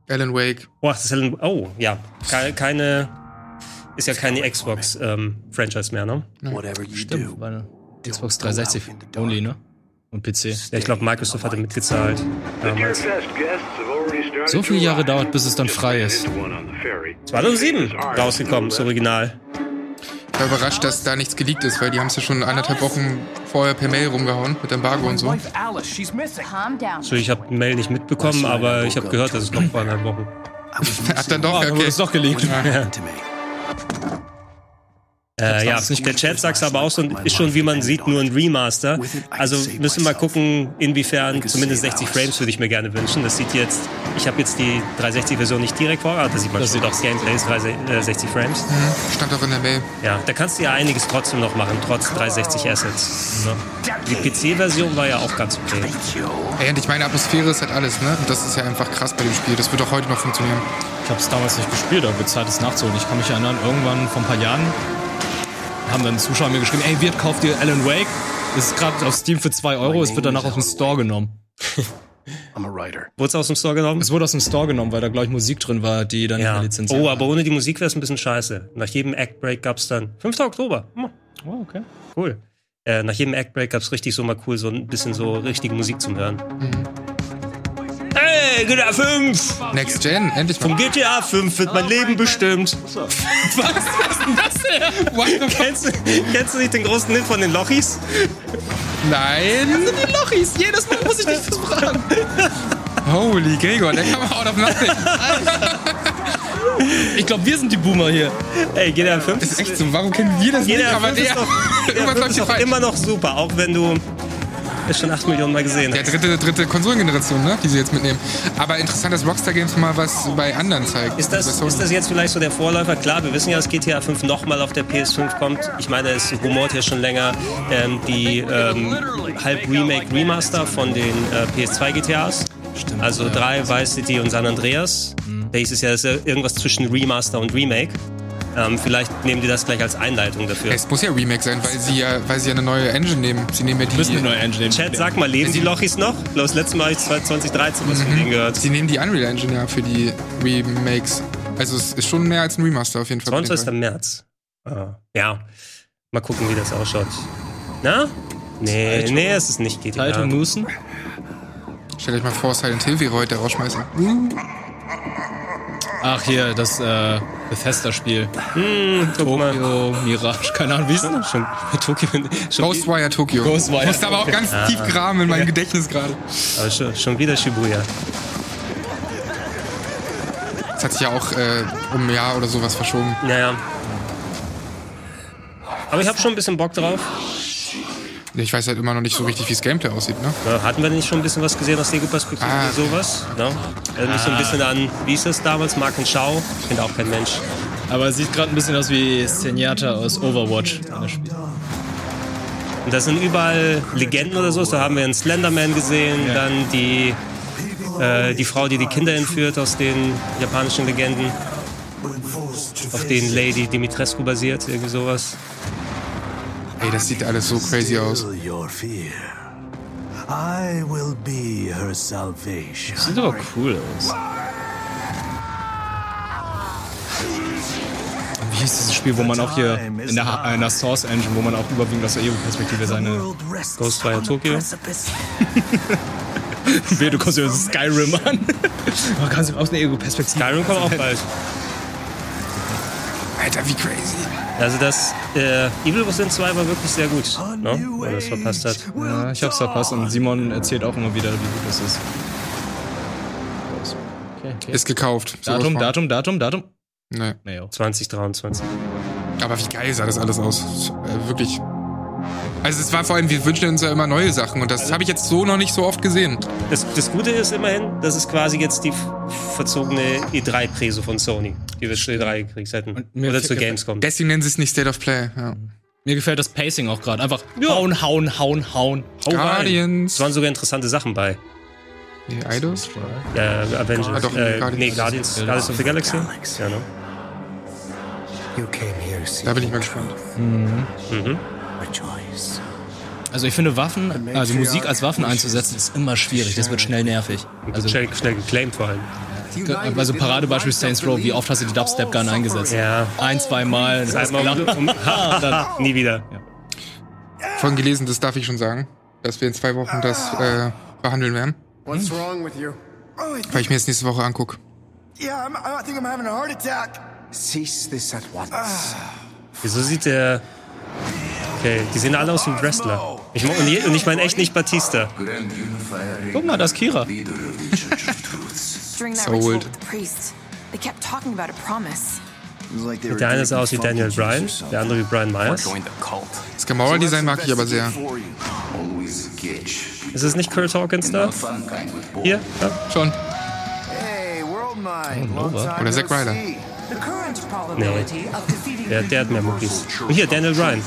S3: Alan Wake.
S2: Boah, das ist Helen. Oh, ja. Keine, keine ist ja keine Xbox-Franchise mehr, ne?
S7: Whatever you do,
S1: Stimmt, war eine Xbox 360 only, ne? Und PC.
S2: Ja, ich glaube, Microsoft hatte mitgezahlt damals.
S1: So viele Jahre dauert, bis es dann frei ist.
S2: 2007 rausgekommen, das Original.
S3: Ich war überrascht, dass da nichts geleakt ist, weil die haben es ja schon anderthalb Wochen vorher per Mail rumgehauen mit Embargo und so.
S14: Alice, she's missing. Calm down.
S2: So, ich habe die Mail nicht mitbekommen, aber ich habe gehört, dass es kommt vor einer Woche.
S3: Hat dann
S1: Ah,
S3: doch, okay.
S1: doch gelegt.
S2: Ja. Äh, ja, der Chat sagt aber auch so, ist schon, wie man sieht, nur ein Remaster. Also müssen wir mal gucken, inwiefern zumindest 60 Frames würde ich mir gerne wünschen. Das sieht jetzt, ich habe jetzt die 360-Version nicht direkt vor, aber da sieht man schon doch Gameplay ist 360 äh, 60 Frames.
S3: Stand auch in der Mail.
S2: Ja, da kannst du ja einiges trotzdem noch machen, trotz 360 Assets. Ne? Die PC-Version war ja auch ganz okay.
S3: Ey, und ich meine, Atmosphäre ist halt alles, ne? Und das ist ja einfach krass bei dem Spiel. Das wird auch heute noch funktionieren.
S1: Ich habe es damals nicht gespielt, aber wird Zeit, es nachzuholen. Ich kann mich erinnern, irgendwann vor ein paar Jahren haben dann Zuschauer mir geschrieben, ey, Wirt, kauf dir Alan Wake. Das ist gerade auf Steam für 2 Euro, es wird danach aus dem Store genommen.
S7: I'm a writer.
S2: Wurde es aus dem Store genommen?
S1: Es wurde aus dem Store genommen, weil da, glaube ich, Musik drin war, die dann
S2: Ja.
S1: lizenziert
S2: Oh, aber ohne die Musik wäre es ein bisschen scheiße. Nach jedem Act-Break gab es dann 5. Oktober. Hm,
S1: Oh, okay.
S2: cool. Äh, nach jedem Act-Break gab es richtig so mal cool, so ein bisschen so richtige Musik zum Hören. Hey, GTA 5!
S3: Next Gen, endlich
S2: Vom
S3: mal.
S2: GTA 5 wird mein Leben bestimmt.
S3: What the fuck?
S2: Kennst du, kennst du nicht den großen Hit von den Lochis?
S3: Nein.
S1: Die Lochis, jedes Mal muss ich dich das fragen.
S3: Holy Gregor, der kam out of nothing.
S1: Ich glaube, wir sind die Boomer hier.
S2: Ey, GTA 5
S3: Das ist echt so, warum kennen wir das
S2: Jeder
S3: nicht? Aber
S2: Film ist
S3: der,
S2: doch,
S3: irgendwas
S2: der Film
S3: läuft
S2: ist
S3: hier
S2: doch
S3: falsch.
S2: immer noch super, auch wenn du Ist schon 8 Millionen Mal gesehen.
S3: Der dritte, dritte Konsolengeneration, ne? die sie jetzt mitnehmen. Aber interessant, dass Rockstar Games mal was bei anderen zeigt.
S2: Ist das,
S3: Bei Sony.
S2: ist das jetzt vielleicht so der Vorläufer? Klar, wir wissen ja, dass GTA 5 nochmal auf der PS5 kommt. Ich meine, es rumort ja schon länger ähm, die ähm, Halb-Remake-Remaster von den äh, PS2-GTAs. Also 3, Vice City und San Andreas. Base ist ja das ist ja irgendwas zwischen Remaster und Remake. Ähm, vielleicht nehmen die das gleich als Einleitung dafür.
S3: Es muss ja Remake sein, weil sie ja, weil sie ja eine neue Engine nehmen. Sie nehmen ja die
S2: Müssen eine neue Engine nehmen. Chat, sag mal, leben die Mhm. Lochis noch? Bloß letztes Mal habe ich 2013 was von denen gehört.
S3: Sie nehmen die Unreal Engine ja für die Remakes. Also es ist schon mehr als ein Remaster auf jeden Fall.
S2: 20. März. Ah, ja, mal gucken, wie das ausschaut. Na? Nee,
S3: Zeitung.
S2: nee, es ist nicht GTA.
S3: Zeitung
S2: Musen?
S3: Stellt euch mal vor, Silent Hill, wie Reut der Rausschmeißer.
S1: Ach, hier, das äh, Bethesda-Spiel.
S2: Hm,
S1: Tokyo, Mirage, keine Ahnung, wie ist das?
S2: Schon, Tokyo, schon
S3: Ghostwire Tokyo.
S1: Ghostwire.
S3: Musste aber auch ganz
S2: Ah.
S3: tief graben in meinem Gedächtnis gerade.
S2: Aber schon, schon wieder Shibuya.
S3: Das hat sich ja auch äh, um ein Jahr oder sowas verschoben.
S2: Naja. Aber ich habe schon ein bisschen Bock drauf.
S3: Ich weiß halt immer noch nicht so richtig, wie das Gameplay aussieht, ne?
S2: Ja, Hatten wir nicht schon ein bisschen was gesehen aus Lego-Perspektive
S3: Ah.
S2: oder sowas? No? Erinnert mich so ein
S1: Ah.
S2: bisschen an, wie ist das damals? Mark and Schau? Kennt auch kein Mensch.
S1: Aber sieht gerade ein bisschen aus wie Zenyatta aus Overwatch.
S2: Und da sind überall Legenden oder so. Da haben wir einen Slenderman gesehen, dann die, äh, die Frau, die die Kinder entführt aus den japanischen Legenden, auf denen Lady Dimitrescu basiert, irgendwie sowas.
S3: Ey, das sieht alles so crazy aus.
S12: Still your fear. I will be her salvation.
S1: Sieht aber cool aus. Wie hieß dieses Spiel, wo man auch hier in der, Ha- in der Source Engine, wo man auch überwiegend aus der EU-Perspektive seine
S2: Ghostwire Tokyo.
S1: Wer, du kommst ja aus Skyrim an. Man kann sich aus einer Ego-Perspektive.
S2: Skyrim kommt auch bald.
S3: Alter, wie crazy.
S2: Also das äh, Evil Within 2 war wirklich sehr gut, ne? Wer das verpasst hat.
S1: Ja, ich hab's verpasst und Simon erzählt auch immer wieder, wie gut das ist. Okay, okay.
S3: Ist gekauft.
S1: Datum,
S3: Sowas
S1: Datum, Datum, Datum.
S3: Nee.
S1: Nee, oh.
S2: 2023.
S3: Aber wie geil sah das alles aus. Äh, wirklich. Also es war vor allem, wir wünschen uns ja immer neue Sachen und
S1: Also
S3: das habe ich jetzt so noch nicht so oft gesehen.
S2: Das, das Gute ist immerhin, das ist quasi jetzt die verzogene E3-Prese von Sony, die wir zu E3 gekriegt hätten. Oder zur Gamescom.
S3: Deswegen nennen sie es nicht State of Play. Ja.
S1: Mir gefällt das Pacing auch gerade. Einfach hauen, hauen, hauen, hauen. Hau rein.
S3: Guardians.
S2: Oh, Es waren sogar interessante Sachen bei.
S3: Nee, Eidos?
S2: Äh, Avengers.
S3: Ah, doch,
S2: äh,
S3: Guardians.
S2: nee, Guardians, Guardians of the Galaxy. Ja, ne?
S12: You came here
S3: Da bin ich mal gespannt.
S2: Mhm.
S12: choice.
S1: Also ich finde Waffen, also Musik als Waffen einzusetzen, ist immer schwierig. Das wird schnell nervig. Also
S2: schnell, schnell geclaimed vor allem.
S1: Also Paradebeispiel Saints Row, wie oft hast du die Dubstep Gun eingesetzt?
S2: Ja.
S1: Ein, zwei Mal. Das heißt,
S2: Einmal um, um,
S1: dann,
S2: nie wieder.
S3: Von gelesen, das darf ich schon sagen, dass wir in zwei Wochen das äh, behandeln werden,
S15: What's wrong with you? Oh, I
S3: weil ich mir jetzt nächste Woche angucke.
S15: yeah, I'm, I think I'm having a heart attack.
S12: Cease this at once.
S2: Wieso sieht der. Okay, die sehen alle aus wie ein Wrestler. Ich, mo- und je- und ich meine echt nicht Batista.
S1: Guck mal, das ist Kira.
S16: During that
S2: So
S16: ritual
S2: old.
S16: with the priests, they kept talking about a promise.
S2: Der eine sah aus wie Daniel Bryan, der andere wie Brian Myers.
S3: Das Gamora-Design mag ich aber sehr.
S2: Ist es nicht Kurt Hawkins da? Hier? Ja.
S3: Schon.
S15: Hey, world mind.
S2: Nova.
S15: Long time
S2: Oder
S15: no
S2: Zack Ryder.
S15: see. The current
S2: probability
S15: of defeating
S2: Der, der hat mehr Muckis. Und hier, Daniel Bryan.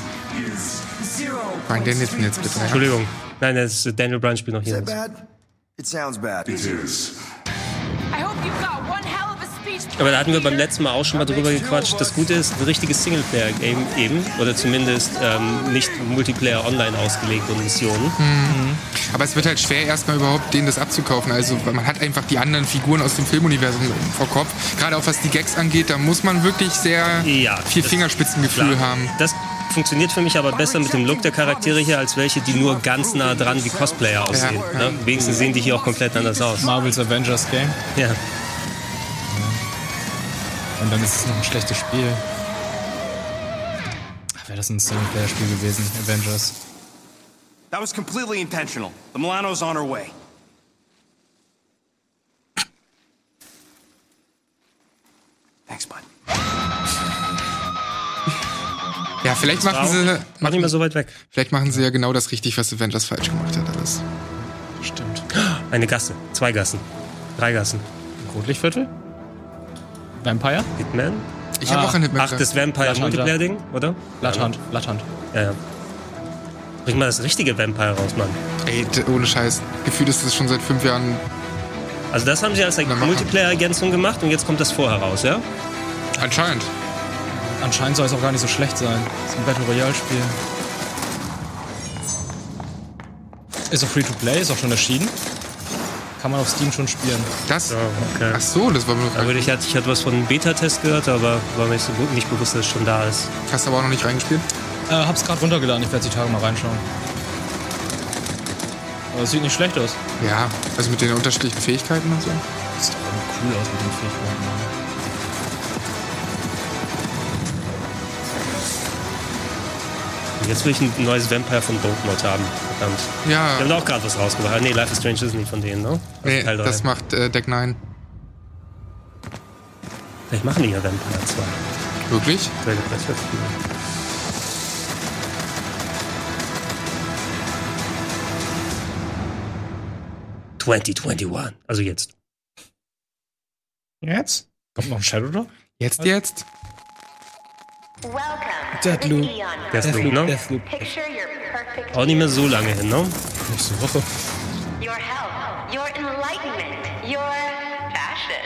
S15: zero.
S3: Brian Dennison jetzt bitte. Ja.
S2: Entschuldigung. Nein, das ist Daniel Bryan spielt noch hier.
S15: Bad? It sounds bad. It is.
S16: I hope you've got one hell of a speech.
S2: Aber da hatten wir beim letzten Mal auch schon mal drüber gequatscht. Das Gute ist, ein richtiges Singleplayer-Game eben. Oder zumindest ähm, nicht Multiplayer online ausgelegt und Missionen.
S3: Mhm. Aber es wird halt schwer, erstmal überhaupt denen das abzukaufen. Also man hat einfach die anderen Figuren aus dem Filmuniversum vor Kopf. Gerade auch was die Gags angeht, da muss man wirklich sehr viel Fingerspitzengefühl haben.
S2: Das funktioniert für mich aber besser mit dem Look der Charaktere hier, als welche, die nur ganz nah dran wie Cosplayer aussehen.
S1: Ja.
S2: Ne? Wenigstens sehen die hier auch komplett anders aus.
S1: Marvel's Avengers Game.
S2: Ja.
S1: Und dann ist es noch ein schlechtes Spiel. Wäre das ein Singleplayer-Spiel gewesen, Avengers.
S17: That was completely intentional. The Milano's on her way. Thanks, bud.
S3: Ja, vielleicht
S2: Das war
S3: machen sie.
S2: auch- War nicht mehr so weit weg.
S3: Vielleicht machen sie ja genau das richtig, was Avengers falsch gemacht hat. Also. ist.
S1: Stimmt.
S2: Eine Gasse, zwei Gassen, drei Gassen.
S1: Rotlichtviertel? Vampire?
S2: Hitman?
S3: Ich habe auch einen Hitman.
S2: Ah, Ach, das Vampire
S1: Bloodhunt, ja.
S2: Multiplayer Ding, oder?
S1: Lathand, Lathand.
S2: Ja, ja. Äh, Bring mal das richtige Vampire raus, Mann.
S3: Ey, d- ohne Scheiß. Gefühlt ist das schon seit fünf Jahren.
S2: Also das haben sie als
S3: mach mal.
S2: Multiplayer-Ergänzung gemacht und jetzt kommt das vorher raus, ja?
S3: Anscheinend.
S1: Anscheinend soll es auch gar nicht so schlecht sein. Ist ein Battle Royale-Spiel. Ist auch free to play, ist auch schon erschienen. Kann man auf Steam schon spielen.
S3: Das?
S2: Okay.
S3: Ach so, das war mir
S2: Also, Da würde ich, hatte ich hatte was von einem Beta-Test gehört, aber war mir nicht, so gut, nicht bewusst, dass es schon da ist.
S3: Hast du aber auch noch nicht reingespielt?
S1: Äh, hab's gerade runtergeladen, ich werde die Tage mal reinschauen. Aber es sieht nicht schlecht aus.
S3: Ja, also mit den unterschiedlichen Fähigkeiten und so.
S1: Sieht aber cool aus mit den Fähigkeiten. Mann.
S2: Und Jetzt will ich ein neues Vampire von Dopenot haben. Verdammt.
S3: Ja.
S2: Die haben da auch gerade was rausgebracht. Ah, Nee, Life is Strange ist nicht von denen, ne?
S3: Nee,
S2: Teil drei.
S3: das macht äh, Deck 9.
S2: Vielleicht machen die ja Vampire 2.
S3: Wirklich?
S2: Weil das wird cool. ...2021. Also jetzt.
S1: Jetzt? Kommt noch ein Shadowdrop?
S3: Jetzt, jetzt?
S1: Deadloop.
S2: Deathloop, ne?
S1: Deathloop.
S18: Picture your perfect
S2: Auch nicht mehr so lange hin, ne?
S1: Nächste Woche.
S18: Your health, your enlightenment, your fashion.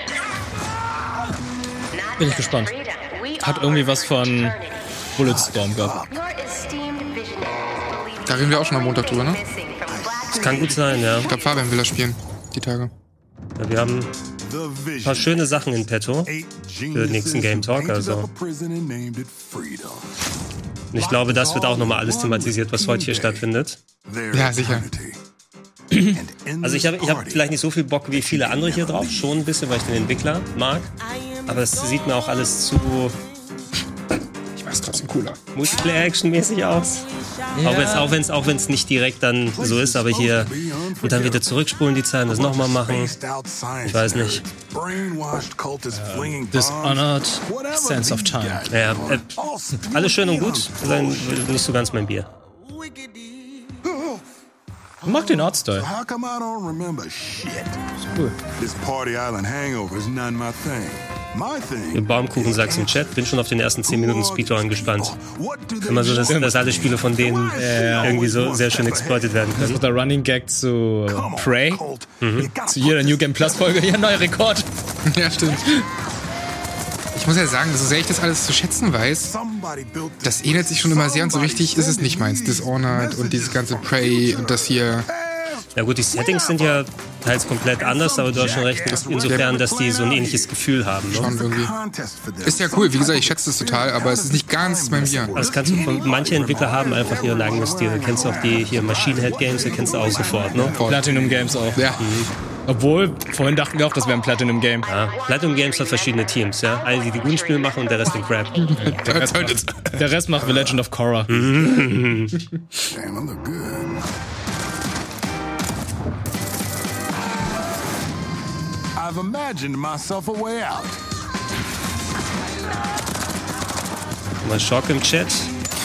S18: Not
S1: Bin ich
S18: just
S1: gespannt.
S18: freedom. We
S1: Hat
S18: are
S1: irgendwie was von Bulletstorm gehabt.
S18: your esteemed visionaries believe
S3: Da reden wir auch schon am Montag drüber, ne?
S18: missing from black
S2: Das kann gut sein, ja.
S3: Ich glaube, Fabian will das spielen. Die Tage.
S2: ja wir haben ein paar schöne Sachen in petto für den nächsten Game Talk. Also. Und ich glaube, das wird auch nochmal alles thematisiert, was heute hier stattfindet.
S3: Ja, sicher.
S2: Also ich habe ich hab vielleicht nicht so viel Bock wie viele andere hier drauf, schon ein bisschen, weil ich den Entwickler mag. Aber es sieht mir auch alles zu
S3: Ich mach's trotzdem cooler.
S2: Multiplayer-Action-mäßig aus. Auch wenn es auch wenn's, auch wenn's nicht direkt dann so ist, aber hier und dann wieder zurückspulen die Zahlen, das nochmal machen. Ich weiß nicht. Äh,
S1: Dishonored. Sense of Time.
S2: Naja, äh, alles schön und gut, aber nicht so ganz mein Bier.
S1: Ich mag den Artstyle.
S19: How come I don't remember shit?
S1: Cool.
S19: This Party Island hangover is not my thing. My thing.
S2: Im Baumkuchen sagt's im Chat, bin schon auf den ersten 10 Minuten Speedrun gespannt. Immer so, dass, dass alle Spiele von denen äh, irgendwie so sehr schön exploited werden Mhm.
S1: Das
S2: können.
S1: ist der Running Gag zu äh, Prey. Zu jeder New Game Plus Folge. Hier, neuer Rekord.
S3: ja, stimmt. Ich muss ja sagen, so sehr ich das alles zu schätzen weiß, das ähnelt sich schon immer sehr und so richtig ist es nicht meins. Dishonored und dieses ganze Prey und das hier.
S2: Ja gut, die Settings sind ja teils komplett anders, aber du hast schon recht, insofern, dass die so ein ähnliches Gefühl haben.
S3: Schon
S2: Ne?
S3: irgendwie. Ist ja cool, wie gesagt, ich schätze es total, aber es ist nicht ganz bei mir.
S2: Aber Das kannst du von, manche Entwickler haben einfach ihren eigenen Stil. Du kennst auch die hier Machine Head Games, die kennst du auch sofort, ne?
S1: Platinum Games auch.
S3: Ja.
S1: Obwohl, vorhin dachten wir auch, das wäre ein Platinum Game.
S2: Ja, Platinum Games hat verschiedene Teams, ja. Alle, die die guten Spiele machen und der Rest den Crap.
S1: Der Rest, macht, der Rest macht The Legend of Korra.
S19: Damn, I look good. I've imagined myself a way out.
S2: Mal Schock im Chat.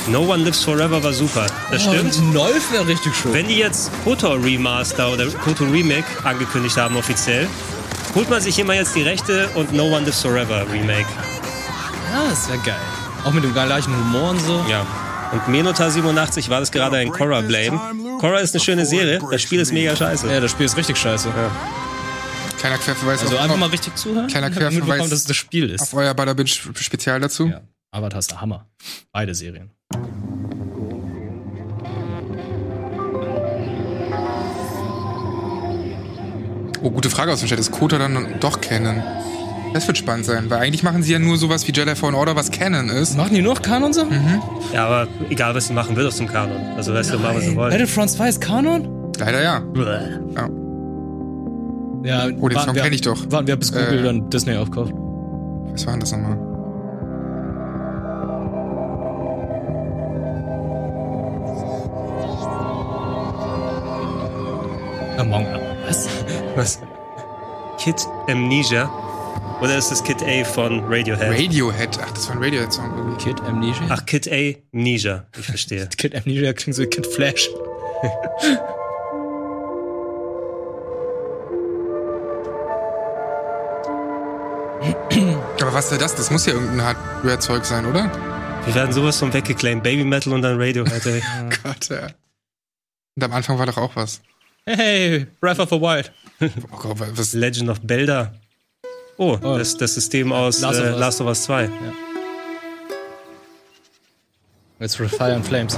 S2: No One Lives Forever war super. Das stimmt.
S1: Oh, Nolf wäre richtig schön.
S2: Wenn die jetzt Kotor Remaster oder Kotor Remake angekündigt haben offiziell, holt man sich immer jetzt die Rechte und No One Lives Forever Remake.
S1: Ja, das wäre geil. Auch mit dem gleichen Humor und so.
S2: Ja. Und Menotar 87 war das gerade ein Korra Blame. Korra ist eine schöne Serie, das Spiel ist mega scheiße.
S1: Ja, das Spiel ist richtig scheiße.
S3: Kleiner Querverweis
S1: Also
S3: auf,
S1: einfach mal
S3: auf,
S1: richtig zuhören.
S3: Kleiner
S1: Ich hab mitbekommen,
S3: Querverweis.
S1: dass es das Spiel ist.
S3: auf euer Badabitch-Spezial dazu.
S1: Ja. Avatar ist der Hammer. Beide Serien.
S3: Oh, gute Frage aus dem Chat. Ist Kota dann doch Canon? Das wird spannend sein, weil eigentlich machen sie ja nur sowas wie Jedi Fallen Order, was Canon ist.
S1: Machen die nur noch Kanon so?
S2: Ja, aber egal, was sie machen will aus dem Kanon. Also weißt du, machen was sie wollen.
S1: Battlefront 2 ist Kanon?
S3: Leider ja.
S2: Bäh.
S3: ja.
S1: Ja,
S3: Oh, den
S1: warten
S3: Song
S1: wir-
S3: kenn ich doch.
S1: Warten wir, bis Google
S3: Äh.
S1: dann Disney aufkauft.
S3: Was war denn das nochmal?
S1: Among Us.
S2: Was? Kid Amnesia? Oder ist das Kid A von Radiohead?
S3: Radiohead. Ach, das war ein Radiohead-Song irgendwie.
S1: Kid Amnesia?
S2: Ach, Kid A Amnesia. Ich verstehe.
S1: Kid Amnesia klingt so wie Kid Flash.
S3: Aber was ist denn das? Das muss ja irgendein Hardware-Zeug sein, oder? Oh
S2: Wir werden sowas von weggeclaimt. Baby Metal und dann Radiohead, ey.
S3: Gott, ja. Und am Anfang war doch auch was.
S2: Hey, Breath of the Wild.
S3: Oh Gott, was?
S2: Legend of Zelda. Oh, oh. Das, das System aus Last, äh, of, Us. Last of Us 2. Ja.
S1: It's Fire and Flames.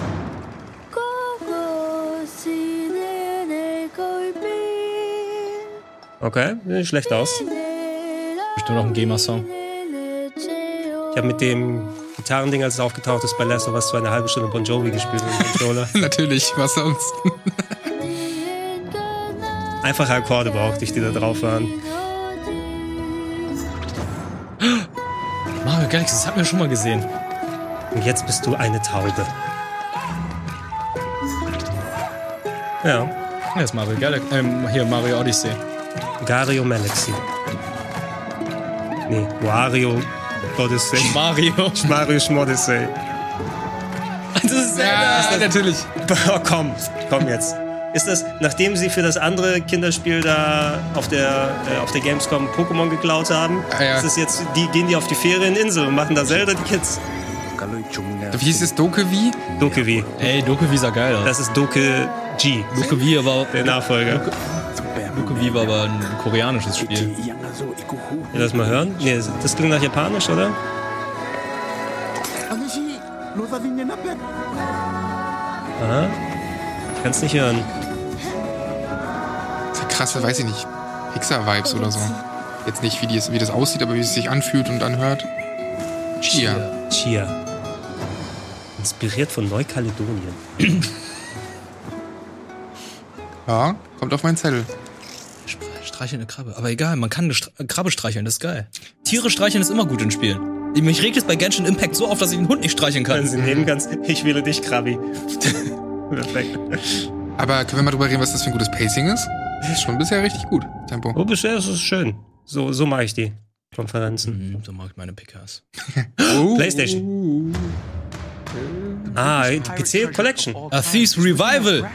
S2: Okay, sieht schlecht aus.
S1: Bestimmt noch ein GEMA-Song.
S2: Ich habe mit dem Gitarrending, als es aufgetaucht ist, bei Last of Us 2 eine halbe Stunde Bon Jovi gespielt mit dem Controller.
S3: Natürlich, was sonst?
S2: Einfache Akkorde brauchte ich, die da drauf waren.
S1: Mario Galaxy, das hatten wir schon mal gesehen.
S2: Und jetzt bist du eine Taube. Ja.
S1: Das ist Mario Galaxy. Ähm, hier, Mario Odyssey.
S2: Gario Galaxy. Nee, Wario Odyssey.
S1: Mario.
S2: Mario Schmodyssey.
S1: Das ist Zelda.
S3: Ja, ist das natürlich.
S2: Oh, komm, komm jetzt. Ist das, nachdem sie für das andere Kinderspiel da auf der, äh, auf der Gamescom Pokémon geklaut haben,
S3: Ah, ja.
S2: ist das jetzt, die gehen die auf die Ferieninsel und machen da Zelda die Kids.
S3: Wie hieß es? Dokevi?
S2: Dokevi.
S1: Ey, Dokevi sah geil aus.
S2: Das ist Doke G,
S1: Lukevi war,
S2: der Nachfolger.
S1: Lukevi war aber ein koreanisches Spiel.
S2: Ja, lass mal hören. Nee, das klingt nach Japanisch, oder? Aha. Kannst nicht hören.
S3: Das hat Krasse, weiß ich nicht. Pixar-Vibes oder so. Jetzt nicht, wie, die, es- wie das aussieht, aber wie es sich anfühlt und anhört. Chia.
S2: Chia. Inspiriert von Neukaledonien.
S3: Ja, kommt auf meinen Zettel.
S1: Streicheln eine Krabbe. Aber egal, man kann eine Stra Krabbe streicheln, das ist geil. Tiere streicheln ist immer gut in Spielen. Mich regt es bei Genshin Impact so auf, dass ich einen Hund nicht streicheln
S2: Wenn
S1: kann.
S2: sie nehmen kannst, ich wähle dich, Krabi. Perfekt.
S3: Aber können wir mal drüber reden, was das für ein gutes Pacing ist? Das ist schon bisher richtig gut. Tempo.
S2: Oh, bisher ist es schön. So, so mache ich die Konferenzen.
S1: Hm, So mag ich meine Pickers.
S2: Playstation. Ah, die PC Collection.
S1: A Thieves Revival.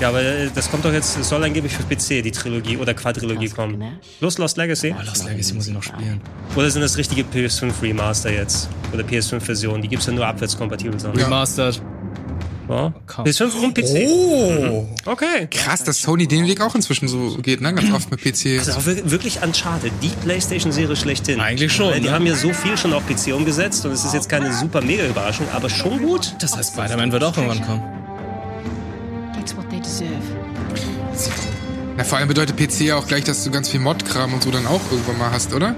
S2: Ja, aber äh, das kommt doch jetzt, es soll angeblich für PC die Trilogie oder Quadrilogie kommen. Plus Lost Legacy?
S1: Oh, Lost Legacy muss ich noch spielen.
S2: Oder sind das richtige PS5 Remaster jetzt? Oder PS5 Version? Die gibt's ja nur abwärtskompatibel. sondern-
S1: Remastered.
S2: Ja.
S1: Komm.
S2: PS5 und PC.
S3: Oh.
S2: Okay.
S3: Krass, dass Sony den Weg auch inzwischen so geht, ne? Ganz oft mit PC.
S2: Das ist auch wir- wirklich Uncharted, die Playstation-Serie schlechthin.
S1: Eigentlich schon,
S2: Weil die
S1: ne?
S2: haben ja so viel schon auf PC umgesetzt und es ist jetzt keine super mega Überraschung, aber schon gut.
S1: Das heißt, Spider-Man wird auch irgendwann kommen. Oh.
S10: That's what they deserve.
S3: Na, vor allem bedeutet PC ja auch gleich, dass du ganz viel Mod-Kram und so dann auch irgendwann mal hast, oder?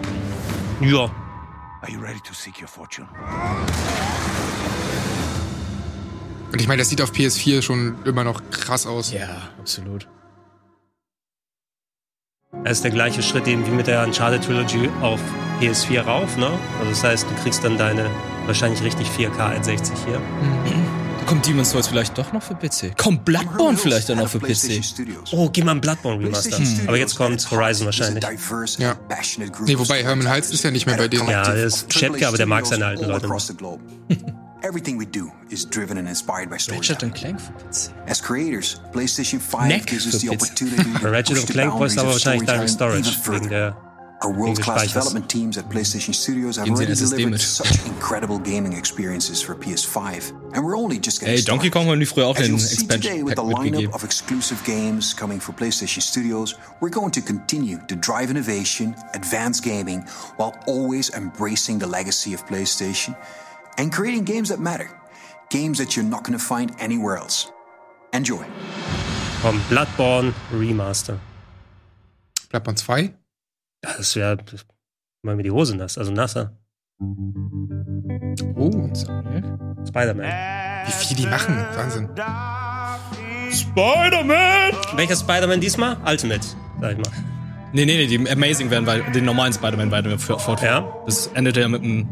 S2: Ja.
S12: Are you ready to seek your fortune?
S3: Und ich meine, das sieht auf PS4 schon immer noch krass aus.
S1: Ja, absolut.
S2: Das ist der gleiche Schritt eben wie mit der Uncharted Trilogy auf PS4 rauf, ne? Also das heißt, du kriegst dann deine wahrscheinlich richtig 4K at 60 hier.
S1: Kommt Demon's Souls vielleicht doch noch für PC? Kommt Bloodborne vielleicht dann noch für PC?
S2: Oh, geh mal ein Bloodborne Remaster. Aber jetzt kommt Horizon wahrscheinlich.
S3: Ja. Nee, wobei Herman Hals ist ja nicht mehr bei denen.
S2: Ja, der ist Schäpke, aber der mag seine alten Leute. noch.
S20: Everything we do is driven and inspired by
S1: Ratchet
S20: storytelling.
S1: and Clank für PC.
S20: As creators, PlayStation 5
S1: Neck
S20: gives us the
S1: für Pizza.
S20: opportunity to
S2: Bei Ratchet
S20: push
S2: und
S20: the
S2: Clank
S20: boundaries
S2: brauchst du aber
S20: of
S2: wahrscheinlich Direct
S20: storytelling
S2: Storage
S20: even
S2: wegen
S20: further.
S2: der
S20: Our world-class
S2: Speichers.
S20: development teams at PlayStation Studios have
S1: Geben Sie
S20: already
S1: das System
S20: delivered
S1: mit.
S20: such incredible gaming experiences for PS5, and we're only just getting
S1: Ey, Donkey
S20: started.
S1: Kong haben die früher auch
S20: As
S1: den
S20: you'll see today
S1: Expansion
S20: with the
S1: Pack
S20: lineup
S1: mitgegeben.
S20: of exclusive games coming for PlayStation Studios, we're going to continue to drive innovation, advance gaming, while always embracing the legacy of PlayStation and creating games that matter. Games that you're not going to find anywhere else. Enjoy.
S2: Komm, Bloodborne Remaster.
S3: Bloodborne 2?
S2: Ja, das wäre mal mir die Hose nass, also nasser.
S3: Oh,
S1: ne?
S2: Spider-Man.
S3: wie viel die machen. Wahnsinn.
S2: Spider-Man! Welcher Spider-Man diesmal? Ultimate, sag ich mal.
S1: Nee, nee, nee, die Amazing werden wei- den normalen Spider-Man weiter für- fortführen.
S2: Ja?
S1: Das endete ja mit einem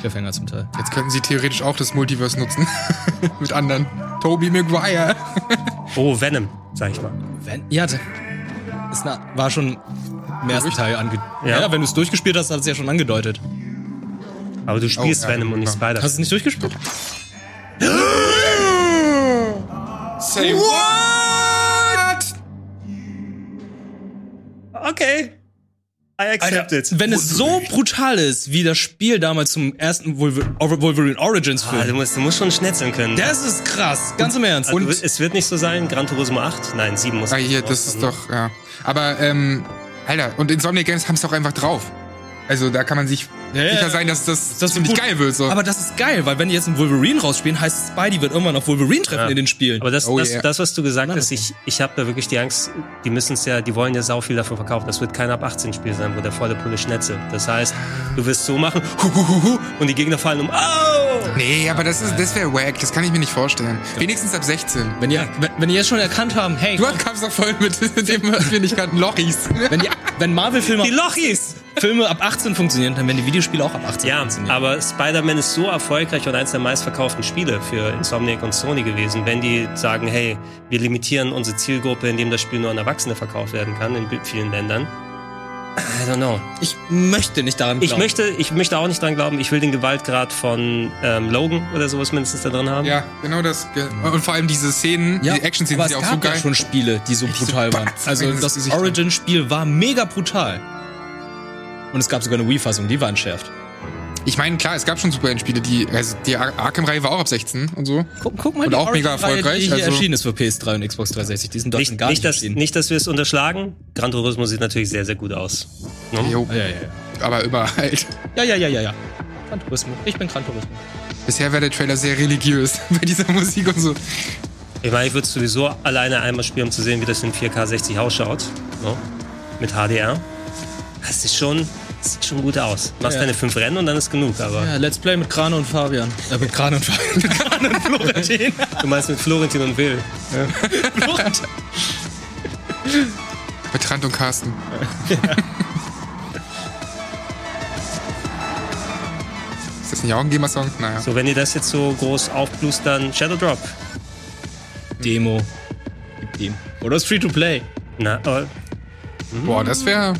S1: Cliffhanger zum Teil.
S3: Jetzt könnten sie theoretisch auch das Multiverse nutzen. mit anderen. Toby Maguire.
S2: Oh, Venom, sag ich mal.
S1: Wenn, ja, da- ist na, war schon im ersten Teil ange... Ja,
S2: Ja.
S1: wenn du es durchgespielt hast, hat es ja schon angedeutet.
S2: Aber du spielst
S3: Oh, ja,
S2: Venom und nicht
S3: super.
S1: Hast du
S2: Spider-Man.
S1: es nicht durchgespielt?
S3: Say what?
S2: Okay. I accept it.
S1: Wenn es so brutal ist, wie das Spiel damals zum ersten Wolver- Wolverine Origins Film.
S2: Ah, du, musst, du musst schon schnetzeln können.
S1: Das ist krass, ganz im Ernst.
S2: Und also, es wird nicht so sein, Gran Turismo 8? Nein, 7 muss
S3: Ah, hier, das ist doch, ja. Aber, ähm, Alter, und Insomniac Games haben es doch einfach drauf. Also da kann man sich
S1: Ja, ja.
S3: sicher sein, dass das,
S1: Das
S3: ziemlich
S1: wird gut.
S3: geil wird. So.
S1: Aber das ist geil, weil wenn die jetzt einen Wolverine rausspielen, heißt Spidey wird irgendwann auf Wolverine treffen in den Spielen.
S2: Aber das,
S3: Oh,
S2: das, das, was du gesagt hast, ich, ich habe da wirklich die Angst, die müssen es ja, die wollen ja sau viel davon verkaufen. Das wird kein ab 18 Spiel sein, wo der volle Pulle schnetzelt. Das heißt, du wirst so machen, hu, hu, hu, hu, und die Gegner fallen um. Au!
S3: Nee, aber das, ist, das wäre wack, das kann ich mir nicht vorstellen. Wenigstens ab 16.
S1: Wenn ihr, wenn, wenn ihr es schon erkannt haben, hey,
S3: Du kamst doch voll mit, mit dem, was wir nicht kannten, Lochis.
S1: wenn, die- wenn Marvel-Filme
S2: Die Lochis!
S1: Filme ab 18 funktionieren, dann werden die Videospiele auch ab 18
S2: Ja,
S1: funktionieren.
S2: aber Spider-Man ist so erfolgreich und eines der meistverkauften Spiele für Insomniac und Sony gewesen. Wenn die sagen, hey, wir limitieren unsere Zielgruppe, indem das Spiel nur an Erwachsene verkauft werden kann in vielen Ländern. I don't know.
S1: Ich möchte nicht daran
S2: Ich
S1: glauben.
S2: möchte, ich möchte auch nicht dran glauben, ich will den Gewaltgrad von ähm, Logan oder sowas mindestens da drin haben.
S3: Ja, genau das. ge- Und vor allem diese Szenen,
S1: Ja,
S3: die Action-Szenen
S1: aber
S3: sind
S1: es
S3: ja auch
S1: gab
S3: so
S1: ja
S3: geil.
S1: schon Spiele, die so brutal waren. Also
S3: ins
S1: das
S3: Gesicht.
S1: Origin-Spiel war mega brutal. Und es gab sogar eine Wii-Fassung, die war entschärft.
S3: Ich meine, klar, es gab schon Superhelden-Spiele, die, also die Ar- Arkham-Reihe war auch ab 16 und so.
S1: Guck, guck mal,
S3: Und
S1: die
S3: auch mega
S1: Origin-Reihe,
S3: erfolgreich,
S1: Die hier
S3: also-
S1: erschienen ist für PS3 und Xbox 360. Die sind doch
S2: Nicht,
S1: gar nicht,
S2: nicht, dass,
S1: erschienen.
S2: nicht, dass wir es unterschlagen. Gran Turismo sieht natürlich sehr, sehr gut aus. Ne?
S3: Jo,
S1: Ja, ja, ja.
S3: aber überall.
S1: Ja, ja, ja, ja, ja. Gran Turismo. Ich bin Gran Turismo.
S3: Bisher war der Trailer sehr religiös bei dieser Musik und so.
S2: Ich meine, ich würde es sowieso alleine einmal spielen, um zu sehen, wie das in 4K 60 ausschaut. Ne? Mit HDR. Das ist schon, das sieht schon gut aus. Machst
S1: Ja.
S2: deine fünf Rennen und dann ist genug, aber.
S1: Ja, Let's Play mit Krane und Fabian. Äh, mit Krane und Fabian. Mit Krane und Florentin.
S2: Du meinst mit Florentin und Will.
S1: Florentin.
S3: Mit Trant und Carsten. Ist das nicht auch ein GEMA-Song? Naja.
S2: So, wenn ihr das jetzt so groß aufblust, dann Shadow Drop.
S1: Demo. Gib dem. Oder ist Free to Play.
S2: Na, äh,
S3: Boah, das wäre.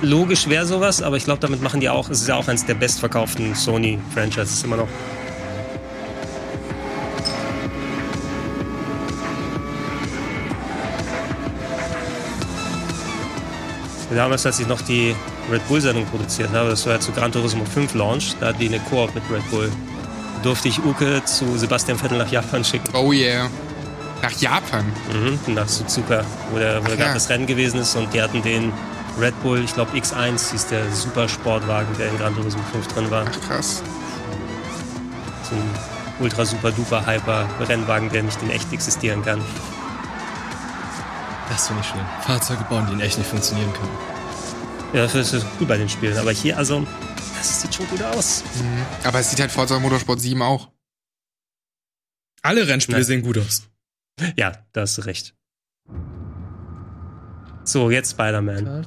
S2: logisch wäre sowas, aber ich glaube, damit machen die auch, es ist ja auch eines der bestverkauften Sony-Franchises immer noch. Damals, als ich noch die Red Bull-Sendung produziert habe, das war ja zu Gran Turismo 5 Launch, da hatten die eine Koop mit Red Bull. Da Durfte ich Uke zu Sebastian Vettel nach Japan schicken.
S3: Oh yeah. Nach Japan.
S2: Mhm, nach Suzuka, wo, der, wo
S3: Ach
S2: gerade
S3: ja.
S2: das Rennen gewesen ist und die hatten den Red Bull, ich glaube X1 hieß der Supersportwagen, der in Gran Turismo 5 drin war.
S3: Ach krass.
S2: So ein ultra super duper hyper Rennwagen, der nicht in echt existieren kann.
S1: Das finde ich schön. Fahrzeuge bauen, die in echt nicht funktionieren können.
S2: Ja, das ist gut bei den Spielen, aber hier, also, das sieht schon gut aus.
S3: Aber es sieht halt Forza Motorsport 7 auch.
S1: Alle Rennspiele
S2: Nein.
S1: sehen gut aus.
S2: Ja, da hast du recht. So, jetzt Spider-Man.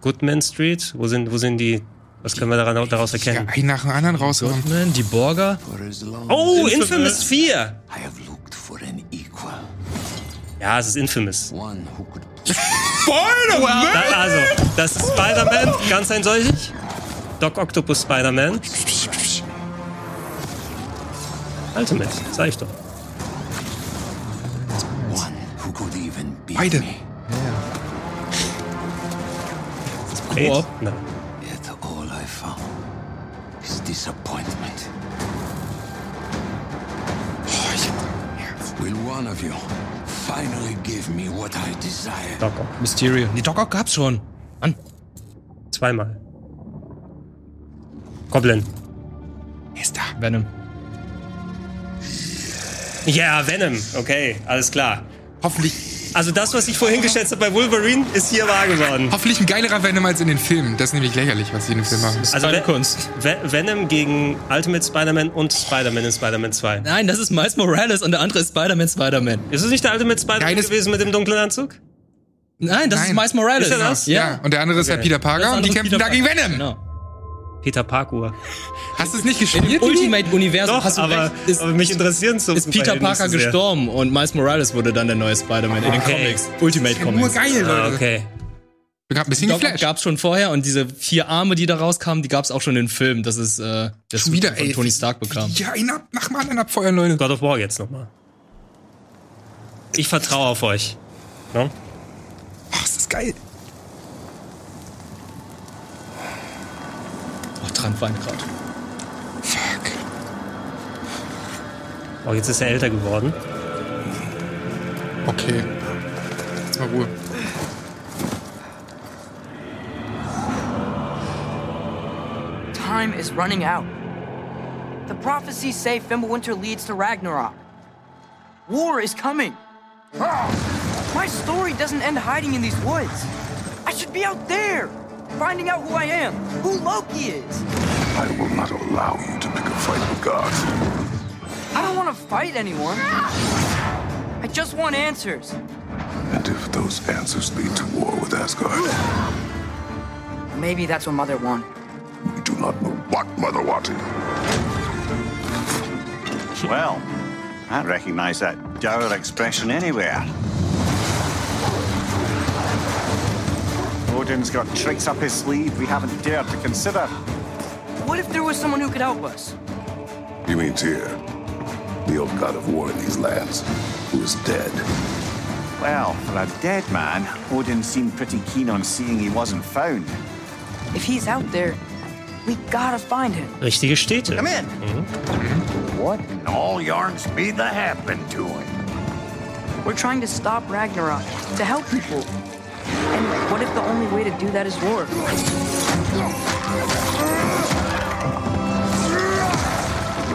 S2: Goodman Street, wo sind, wo sind die, was können wir daran, daraus erkennen?
S3: Ein nach dem anderen rausgekommen.
S1: Goldman, die Borger.
S2: Oh, Infamous 4!
S12: I have looked for an equal.
S2: Ja, es ist Infamous.
S12: One who could
S2: Da, also, das ist Spider-Man, ganz eindeutig. Doc Octopus Spider-Man. Ultimate, sag ich doch.
S12: one who could even beat
S3: Beide.
S12: me.
S2: Eight?
S1: Koop.
S2: Nein.
S12: Yet all I found is disappointment. Will one of you finally give me what I desire?
S2: Doc Ock.
S1: Mysterio. Die Doc Ock gab's schon. Mann.
S2: Zweimal. Goblin.
S3: Er ist da.
S1: Venom.
S2: Ja, Venom. Okay, alles klar.
S3: Hoffentlich,
S2: Also das, was ich vorhin geschätzt habe bei Wolverine, ist hier wahr geworden.
S3: hoffentlich ein geilerer Venom als in den Filmen. Das ist nämlich lächerlich, was sie in den Filmen machen.
S2: Also
S1: Keine
S2: Ve-
S1: Kunst.
S2: Ve Venom gegen Ultimate Spider-Man und Spider-Man in Spider-Man 2.
S1: Nein, das ist Miles Morales und der andere ist Spider-Man, Spider-Man.
S2: Ist es nicht der Ultimate Spider-Man
S3: Nein, das-
S2: gewesen mit dem dunklen Anzug?
S1: Nein, das ist
S3: Nein.
S1: Miles Morales.
S2: Ist er das?
S1: Ja.
S3: Ja, und der andere ist halt Peter
S1: Das
S3: Parker und
S1: andere
S3: die
S1: ist
S3: kämpfen
S1: Peter
S3: da gegen
S1: Parker.
S3: Venom.
S1: Genau.
S2: Peter Parkour.
S3: Hast du es nicht
S1: Im
S3: gespielt?
S1: Ultimate-Universum
S2: Doch,
S1: Also hast du
S2: aber,
S1: recht, ist,
S2: aber mich interessieren so
S1: ist Peter Parker gestorben und Miles Morales wurde dann der neue Spider-Man in den
S2: Okay.
S1: Comics. Ultimate-Comics.
S3: Nur geil, Leute.
S2: Ah, okay.
S3: Ich bin gerade ein bisschen
S1: Doc Ock
S3: geflasht.
S1: gab's schon vorher und diese vier Arme, die da rauskamen, die gab's auch schon in den Film. Das ist äh, das
S3: Schon wieder,
S1: von
S3: ey.
S1: Tony Stark bekam.
S3: Ja, ihn ab, nach dem anderen abfeuern, Leute.
S2: God of War jetzt nochmal. Ich vertraue auf euch. Ne?
S1: Ach, ist das geil. Oh, Trant weint gerade.
S2: Fuck. Oh, jetzt ist er älter geworden.
S3: Okay. Jetzt mal Ruhe.
S14: Time is running out. The prophecies say Fimbulwinter leads to Ragnarok. War is coming. Oh, My story doesn't end hiding in these woods. I should be out there, finding out who I am, who Loki is.
S9: I will not allow you to pick a fight with God.
S14: I don't want to fight anyone. I just want answers.
S9: And if those answers lead to war with Asgard,
S14: Maybe that's what Mother wanted.
S9: we do not know what Mother wanted.
S21: Well, I recognize that dour expression anywhere. Odin's got tricks up his sleeve we haven't dared to consider.
S14: What if there was someone who could help us?
S9: He means here, the old god of war in these lands, who is dead.
S21: Well, for a dead man, Odin seemed pretty keen on seeing he wasn't found.
S14: If he's out there, we gotta find him.
S2: Richtige Städte.
S21: Come in.
S9: Mm-hmm.
S21: What in all yarns be the happen to him?
S14: We're trying to stop Ragnarok, to help people. And what if the only way to do that is war?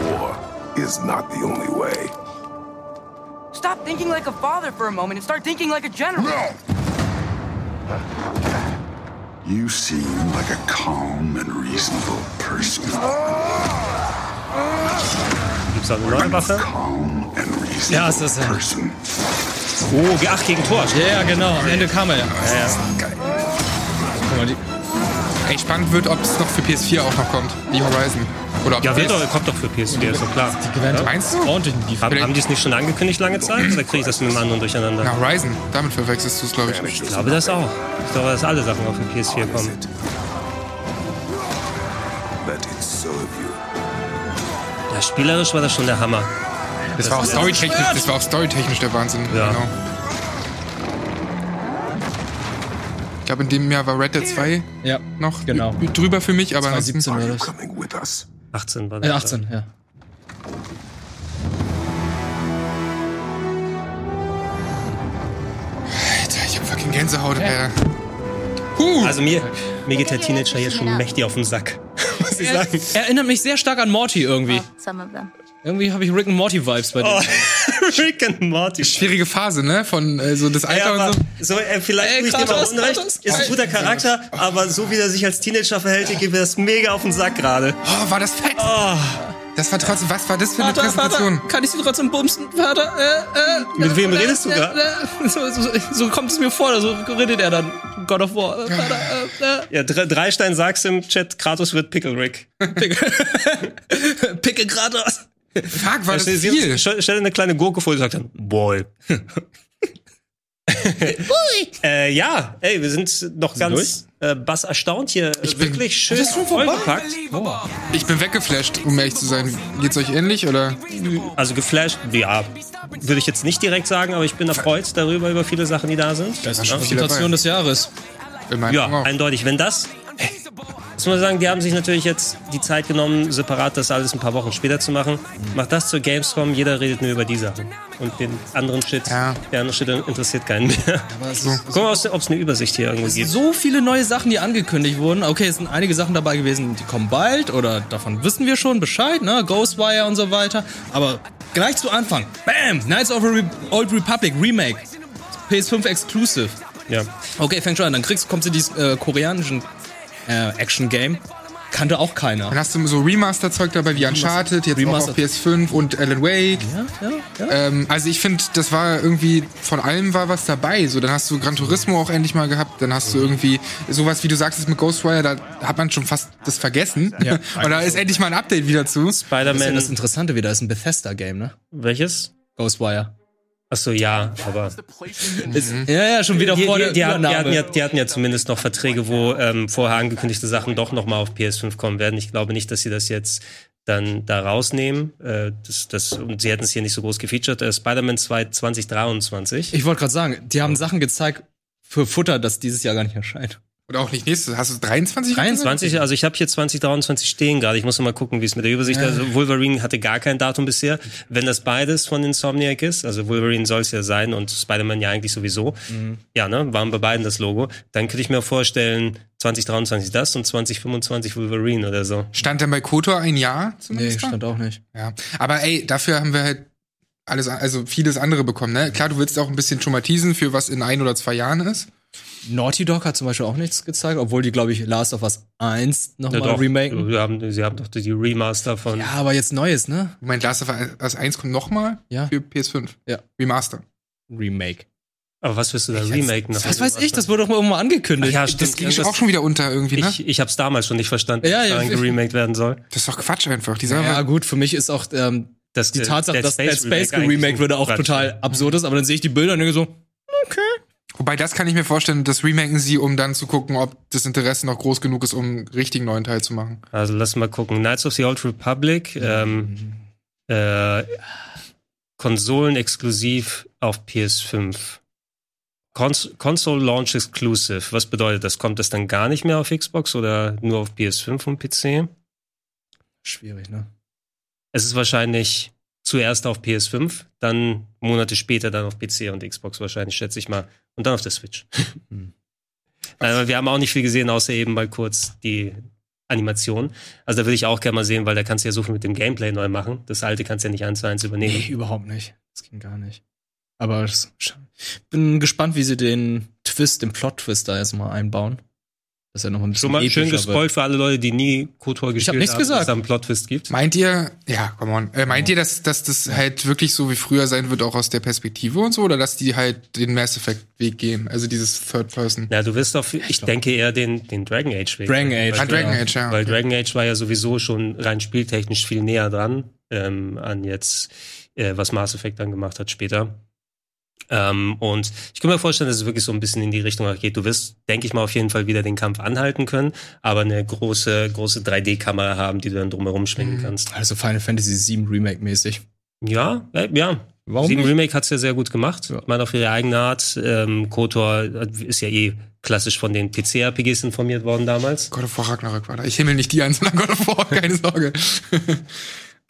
S9: War is not the only way.
S14: Stop thinking like a father for a moment and start thinking like a general.
S9: You seem like a calm and reasonable person.
S2: Gibt's da eine neue Waffe?
S1: Ja, ist
S3: äh,
S1: das er.
S2: Oh, ge- ach, gegen Tor.
S1: Ja, ja, genau. Am Ende kam er ja. Guck mal, die,
S3: Ey, spannend wird, ob es noch für PS4 auch noch kommt. Wie Horizon. Oder ob
S2: Ja, wird
S3: das-
S2: doch, kommt doch für PS4, ist doch klar. Die
S3: gewähren Meinst du?
S1: ordentlich in die
S2: Haben, haben die es nicht schon angekündigt lange Zeit? Oder kriege ich das mit einem anderen durcheinander?
S3: Na, Horizon. Damit verwechselst du es, glaube ich.
S2: Ich glaube das auch. Ich glaube, dass alle Sachen auf den PS4 kommen.
S9: That it serve you.
S2: Ja, spielerisch war das schon der Hammer.
S3: Das war auch storytechnisch, das war auch storytechnisch der Wahnsinn.
S2: Ja.
S3: Genau. Ich glaube, in dem Jahr war Red Dead 2
S1: Ja,
S3: noch
S1: genau.
S3: ü- drüber für mich, aber ansonsten-
S1: 2017 war das.
S9: Coming with us.
S2: 18 war das.
S1: Ja, 18, ja.
S3: Alter, ich hab fucking Gänsehaut, Alter.
S2: Also mir, mir geht der Teenager jetzt schon mächtig auf den Sack. Muss ich sagen.
S1: Erinnert mich sehr stark an Morty
S3: Ah.
S1: irgendwie.
S6: Some of them.
S1: Irgendwie habe ich Rick and Morty Vibes bei
S2: Oh,
S1: dir.
S2: Rick and Morty.
S3: Schwierige Phase, ne? Von äh, so das Alter
S2: Ja,
S3: und
S2: aber
S3: so.
S2: so, äh, vielleicht
S1: Ey,
S2: tue ich dir mal
S1: Kratos,
S2: Unrecht.
S1: Kratos,
S2: Ist ein guter Charakter, aber so wie er sich als Teenager verhält, geht mir das mega auf den Sack gerade.
S3: Oh, war das fett! Das war trotzdem, was war das für eine
S1: Vater, Vater,
S3: Präsentation?
S1: kann ich sie trotzdem bumsen? Vater, äh, äh.
S2: Mit wem redest du da?
S1: äh, so, so, so kommt es mir vor, so redet er dann. God of War. Äh, Vater, äh,
S2: Ja, Dre- Dreistein sagst im Chat, Kratos wird Pickle Rick.
S1: äh, picke Kratos.
S3: Fuck, war das
S2: Stell,
S3: viel?
S2: stell, stell dir eine kleine Gurke vor, die sagt dann, boy. äh, ja, ey, wir sind noch ganz äh, bass erstaunt hier.
S3: Ich bin-
S2: Wirklich schön
S1: Das ist schon vorbei.
S2: vollgepackt.
S3: Ich bin weggeflasht, um ehrlich zu sein. Geht's euch ähnlich oder?
S2: Also geflasht, ja, würde ich jetzt nicht direkt sagen, aber ich bin erfreut darüber, über viele Sachen, die da sind.
S1: Das ist
S2: Ja.
S1: die Präsentation Also, des Jahres.
S3: In meinen
S2: Ja,
S3: Augen auch.
S2: eindeutig. Wenn das. Muss man sagen, die haben sich natürlich jetzt die Zeit genommen, separat das alles ein paar Wochen später zu machen. Macht das zur Gamescom, jeder redet nur über die Sachen. Und den anderen Shit,
S3: Ja.
S2: der andere Shit interessiert keinen mehr.
S1: Aber es ist
S2: Guck mal, ob es eine Übersicht hier irgendwo gibt.
S1: so viele neue Sachen, die angekündigt wurden. Okay, es sind einige Sachen dabei gewesen, die kommen bald oder davon wissen wir schon Bescheid, ne? Ghostwire und so weiter. Aber gleich zu Anfang. Bam! Knights of the Re Old Republic Remake. PS5 Exclusive.
S2: Ja.
S1: Okay, fängt schon an. Dann kriegst, kommst du dieses äh, koreanischen äh, Action-Game. Kannte auch keiner.
S3: Dann hast du so Remaster-Zeug dabei wie Uncharted, jetzt auch
S1: Remaster-
S3: auf PS5 und Alan Wake.
S1: Ja, ja, ja.
S3: Ähm, also ich finde, das war irgendwie, von allem war was dabei. So, dann hast du Gran Turismo auch endlich mal gehabt, dann hast du irgendwie sowas, wie du sagst, ist mit Ghostwire, da hat man schon fast das vergessen.
S1: Ja.
S3: Und da ist endlich mal ein Update wieder zu.
S1: Das ist ja
S2: Spider-Man.
S1: das Interessante wieder, ist ein Bethesda-Game, ne?
S2: welches?
S1: Ghostwire.
S2: Achso, ja, aber.
S1: Ist, ja, ja, schon wieder
S2: Mhm. Die,
S1: vor
S2: die,
S1: der
S2: die, hatten, die, hatten
S1: Übernahme.
S2: ja, die hatten ja zumindest noch Verträge, wo ähm, vorher angekündigte Sachen doch nochmal auf PS5 kommen werden. Ich glaube nicht, dass sie das jetzt dann da rausnehmen. Äh, das, das, und sie hätten es hier nicht so groß gefeatured. Äh, Spider-Man 2 2023.
S1: Ich wollte gerade sagen, die haben Sachen gezeigt für Futter, das dieses Jahr gar nicht erscheint.
S3: Oder auch nicht nächstes. Hast du 23?
S2: 23, also ich habe hier 2023 stehen gerade. Ich muss noch mal gucken, wie es mit der Übersicht ist. Ja. Also Wolverine hatte gar kein Datum bisher. Wenn das beides von Insomniac ist, also Wolverine soll es ja sein und Spider-Man ja eigentlich sowieso. Mhm. Ja, ne, waren bei beiden das Logo. Dann könnte ich mir vorstellen, 2023 das und 2025 Wolverine oder so.
S3: Stand dann bei Kotor ein Jahr?
S1: Nee, stand auch nicht.
S3: Ja, aber ey, dafür haben wir halt alles, also vieles andere bekommen, ne? Klar, du willst auch ein bisschen schon mal teasen, für was in ein oder zwei Jahren ist.
S1: Naughty Dog hat zum Beispiel auch nichts gezeigt, obwohl die, glaube ich, Last of Us 1 nochmal ja, remaken.
S2: Wir haben, sie haben doch die Remaster von.
S1: Ja, aber jetzt Neues, ne?
S3: Ich meine, Last of Us 1 kommt nochmal
S1: ja.
S3: für PS5.
S1: Ja.
S3: Remaster.
S1: Remake.
S2: Aber was wirst du da remaken?
S1: Was weiß ich, das wurde doch mal irgendwann angekündigt.
S2: Ach ja,
S3: das ging auch schon wieder unter irgendwie, ne?
S2: Ich, ich hab's damals schon nicht verstanden, ja, dass ja, da geremaked werden soll.
S3: Das ist doch Quatsch einfach. Die
S1: ja, ja, gut, für mich ist auch ähm, das, die Tatsache, dass Dead Space geremaked würde, auch Quatsch. total absurd ist, aber dann sehe ich die Bilder und denke so, okay.
S3: Wobei, das kann ich mir vorstellen, das remaken sie, um dann zu gucken, ob das Interesse noch groß genug ist, um einen richtigen neuen Teil zu machen.
S2: Also lass mal gucken. Knights of the Old Republic, ähm, äh, Konsolen exklusiv auf PS5. Cons Console Launch Exclusive. Was bedeutet das? Kommt das dann gar nicht mehr auf Xbox oder nur auf PS5 und PC?
S1: Schwierig, ne?
S2: Es ist wahrscheinlich zuerst auf PS5, dann Monate später dann auf PC und Xbox wahrscheinlich, schätze ich mal. Und dann auf der Switch.
S1: Hm.
S2: Nein, aber wir haben auch nicht viel gesehen, außer eben mal kurz die Animation. Also da würde ich auch gerne mal sehen, weil da kannst du ja so viel mit dem Gameplay neu machen. Das alte kannst du ja nicht eins zu eins übernehmen. Nee,
S1: überhaupt nicht. Das ging gar nicht. Aber ich bin gespannt, wie sie den Twist, den Plot-Twist da erstmal einbauen.
S2: Das ist ja nochmal ein bisschen Schon mal schön gespoilt für alle Leute, die nie KOTOR gespielt
S1: ich hab haben, gesagt. dass
S2: es da einen Plot-Twist gibt.
S3: Meint ihr, ja, come on, äh, meint ja. ihr, dass, dass das ja. halt wirklich so wie früher sein wird, auch aus der Perspektive und so, oder dass die halt den Mass Effect-Weg gehen, also dieses Third Person?
S2: Ja, du wirst auf, ich, ich denke eher den, den Dragon Age-Weg.
S1: Dragon Age,
S3: ah, Dragon Age, ja.
S2: Weil Dragon Age war ja sowieso schon rein spieltechnisch viel näher dran, ähm, an jetzt, äh, was Mass Effect dann gemacht hat später. Ähm, und ich kann mir vorstellen, dass es wirklich so ein bisschen in die Richtung geht. Du wirst, denke ich mal, auf jeden Fall wieder den Kampf anhalten können, aber eine große, große 3D-Kamera haben, die du dann drumherum schwingen kannst.
S1: Also Final Fantasy VII Remake-mäßig.
S2: Ja, äh, ja. Warum? Sieben Remake hat's ja sehr gut gemacht. Ja. Ich meine, auf ihre eigene Art. Ähm, Kotor ist ja eh klassisch von den PC-RPGs informiert worden damals.
S3: Gott of War Ragnarök war da. Ich himmel nicht die an, sondern God of War, keine Sorge.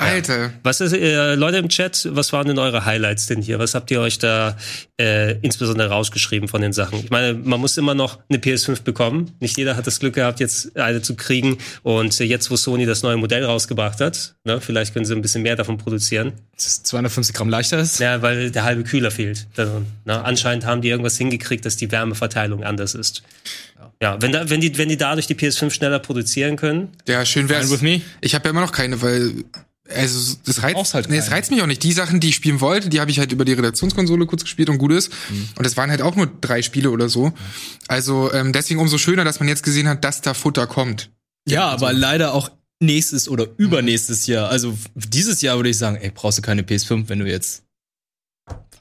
S3: Alter. Ja.
S2: Was ist, äh, Leute im Chat, was waren denn eure Highlights denn hier? Was habt ihr euch da äh, insbesondere rausgeschrieben von den Sachen? Ich meine, man muss immer noch eine PS5 bekommen. Nicht jeder hat das Glück gehabt, jetzt eine zu kriegen. Und äh, jetzt, wo Sony das neue Modell rausgebracht hat, ne, vielleicht können sie ein bisschen mehr davon produzieren.
S1: Dass es 250 Gramm leichter ist?
S2: Ja, weil der halbe Kühler fehlt. Also, ne, anscheinend haben die irgendwas hingekriegt, dass die Wärmeverteilung anders ist. Ja, wenn, da, wenn, die, wenn die dadurch die PS5 schneller produzieren können.
S3: Ja, schön wäre
S1: es.
S3: Ich habe ja immer noch keine, weil also das reizt,
S1: halt
S3: nee, das reizt mich auch nicht. Die Sachen, die ich spielen wollte, die habe ich halt über die Redaktionskonsole kurz gespielt und gut ist. Mhm. Und das waren halt auch nur drei Spiele oder so. Also ähm, deswegen umso schöner, dass man jetzt gesehen hat, dass da Futter kommt.
S1: Ja,
S2: also-
S1: ja aber so. leider auch nächstes oder übernächstes mhm. Jahr. Also dieses Jahr würde ich sagen, ey, brauchst du keine PS5, wenn du jetzt.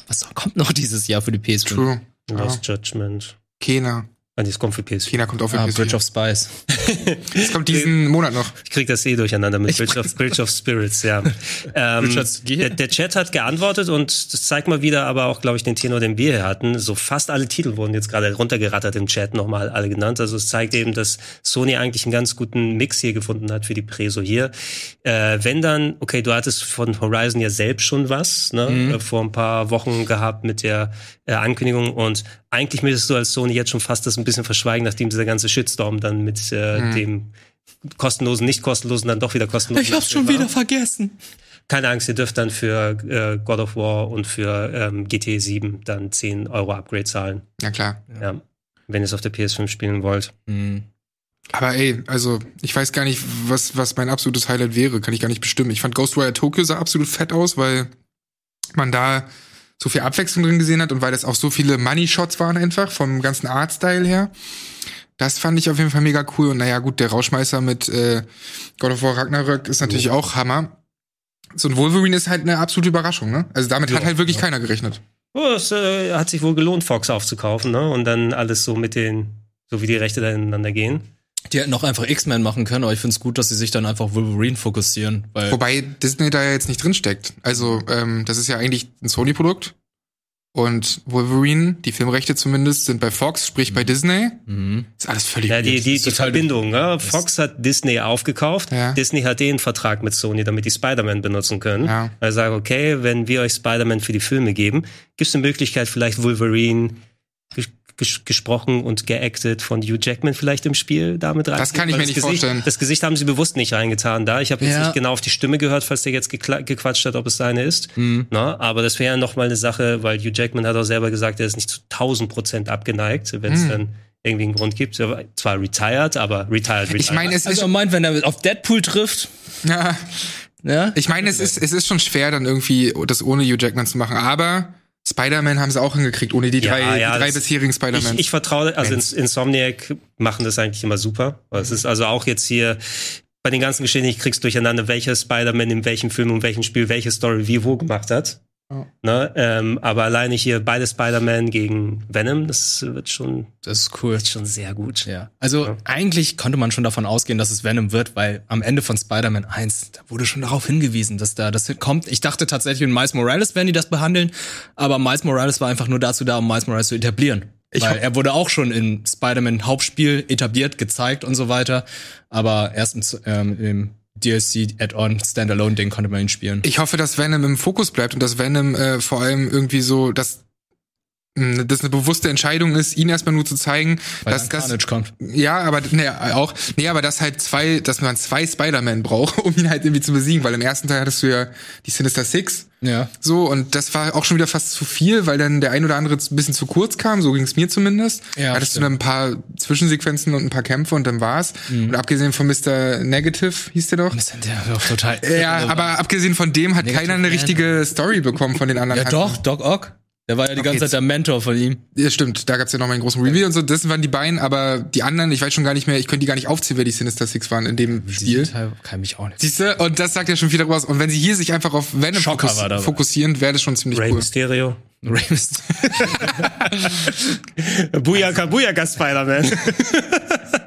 S1: Was kommt noch dieses Jahr für die PS5?
S3: True.
S2: Lost ja. Judgment.
S3: Kena.
S2: Ah, das kommt für PS4.
S3: China kommt auch für ah, PS4.
S1: Bridge of Spies.
S3: das kommt diesen Monat noch.
S2: Ich krieg das eh durcheinander mit Bridge of, Bridge of Spirits, ja. ähm, der, der, Chat hat geantwortet und das zeigt mal wieder aber auch, glaube ich, den Tenor, den wir hier hatten. So fast alle Titel wurden jetzt gerade runtergerattert im Chat, nochmal alle genannt. Also es zeigt eben, dass Sony eigentlich einen ganz guten Mix hier gefunden hat für die Preso hier. Äh, wenn dann, okay, du hattest von Horizon ja selbst schon was, ne? Mhm. Vor ein paar Wochen gehabt mit der äh, Ankündigung und eigentlich müsstest du als Sony jetzt schon fast das ein bisschen verschweigen, nachdem dieser ganze Shitstorm dann mit äh, hm. dem kostenlosen, nicht kostenlosen, dann doch wieder kostenlosen.
S1: Ich hab's schon war. wieder vergessen.
S2: Keine Angst, ihr dürft dann für äh, God of War und für ähm, GT 7 dann 10 Euro Upgrade zahlen.
S3: Ja klar.
S2: Ja. ja wenn ihr es auf der PS5 spielen wollt. Mhm.
S3: Aber ey, also ich weiß gar nicht, was, was mein absolutes Highlight wäre, kann ich gar nicht bestimmen. Ich fand Ghostwire Tokyo sah absolut fett aus, weil man da so viel Abwechslung drin gesehen hat und weil das auch so viele Money Shots waren einfach vom ganzen Artstyle her. Das fand ich auf jeden Fall mega cool und naja gut, der Rauschmeißer mit äh, God of War Ragnarök ist natürlich ja. auch Hammer. So ein Wolverine ist halt eine absolute Überraschung, ne? Also damit ja, hat halt wirklich ja. keiner gerechnet.
S2: Oh, das äh, hat sich wohl gelohnt, Fox aufzukaufen, ne? Und dann alles so mit den, so wie die Rechte da ineinander gehen.
S1: Die hätten auch einfach X-Men machen können, aber ich finde es gut, dass sie sich dann einfach auf Wolverine fokussieren. Weil
S3: Wobei Disney da ja jetzt nicht drinsteckt. Also, ähm, das ist ja eigentlich ein Sony-Produkt. Und Wolverine, die Filmrechte zumindest, sind bei Fox, sprich bei Disney.
S1: Mhm.
S3: Ist alles völlig
S2: Ja, die,
S3: weird.
S2: die,
S3: Ist
S2: die
S3: total-
S2: Verbindung. Ja? Fox hat Disney aufgekauft. Disney hat eh einen Vertrag mit Sony, damit die Spider-Man benutzen können.
S3: Ja.
S2: Er sagt, okay, wenn wir euch Spider-Man für die Filme geben, gibt es eine Möglichkeit, vielleicht Wolverine ges- ges- gesprochen und geactet von Hugh Jackman vielleicht im Spiel damit rein.
S3: Das kann ich mir
S2: Weil
S3: nicht
S2: Gesicht,
S3: vorstellen.
S2: Das Gesicht haben sie bewusst nicht reingetan da. Ich habe jetzt
S1: Ja.
S2: nicht genau auf die Stimme gehört, falls der jetzt gekla- gequatscht hat, ob es seine ist.
S3: Mhm.
S2: Na, aber das wäre ja nochmal eine Sache, weil Hugh Jackman hat auch selber gesagt, er ist nicht zu 1000 Prozent abgeneigt, wenn es
S3: Hm.
S2: dann irgendwie einen Grund gibt. Er war zwar retired, aber retired, retired.
S3: Ich meine, es
S1: Also
S3: ist
S1: er meint, wenn er auf Deadpool trifft, ne?
S3: Ja.
S1: Ja?
S3: Ich meine, es ist, es ist schon schwer, dann irgendwie das ohne Hugh Jackman zu machen, aber Spider-Man haben sie auch hingekriegt, ohne die drei, die drei
S2: das-
S3: bisherigen Spider-Man.
S2: Ich, ich vertraue, also Ins
S3: Fans.
S2: Insomniac machen das eigentlich immer super.
S3: Mhm.
S2: Es ist also auch jetzt hier bei den ganzen Geschichten, ich krieg's durcheinander, welcher Spider-Man in welchem Film und welchem Spiel welche Story wie wo gemacht hat.
S3: Ja.
S2: Ne? Ähm, aber alleine hier beide Spider-Man gegen Venom, das wird schon,
S1: das ist cool.
S2: wird schon sehr gut.
S1: Ja. Also eigentlich konnte man schon davon ausgehen, dass es Venom wird, weil am Ende von Spider-Man 1, da wurde schon darauf hingewiesen, dass da das kommt. Ich dachte tatsächlich, in Miles Morales werden die das behandeln, aber Miles Morales war einfach nur dazu da, um Miles Morales zu etablieren. weil er wurde auch schon in Spider-Man Hauptspiel etabliert, gezeigt und so weiter, aber erst im, Z- ähm, im DLC Add-on Standalone Ding konnte man ihn spielen.
S3: Ich hoffe, dass Venom im Fokus bleibt und dass Venom äh, vor allem irgendwie so, dass mh, das eine bewusste Entscheidung ist, ihn erstmal nur zu zeigen,
S1: Weil
S3: dass
S1: dann
S3: das
S1: Carnage kommt.
S3: ja, aber nee, auch nee, aber dass halt zwei, dass man zwei Spider-Man braucht, um ihn halt irgendwie zu besiegen, weil im ersten Teil hattest du ja die Sinister Six.
S1: Ja.
S3: So, und das war auch schon wieder fast zu viel, weil dann der ein oder andere ein bisschen zu kurz kam, so ging es mir zumindest.
S1: Ja,
S3: Hattest
S1: stimmt.
S3: du dann ein paar Zwischensequenzen und ein paar Kämpfe und dann war's.
S1: Mhm.
S3: Und abgesehen von Mr. Negative hieß der doch.
S1: Der war doch total.
S3: Ja, aber abgesehen von dem hat keiner eine richtige Story bekommen von den anderen.
S1: Ja doch, Doc Ock. Der war ja die ganze Zeit der Mentor von ihm.
S3: Ja, stimmt, da gab's ja noch mal einen großen Reveal und so. Das waren die beiden, aber die anderen, ich weiß schon gar nicht mehr, ich könnte die gar nicht aufzählen, wer die Sinister Six waren in dem Spiel.
S1: Teil kann mich auch nicht.
S3: Siehst du? Und das sagt ja schon viel darüber aus. Und wenn sie hier sich einfach auf Venom
S1: Schocker
S3: fokus
S1: war dabei.
S3: fokussieren, wäre das schon ziemlich
S2: Rey
S3: cool.
S2: Mysterio.
S1: Rey Mysterio.
S2: Booyaka, Booyaka Spider-Man.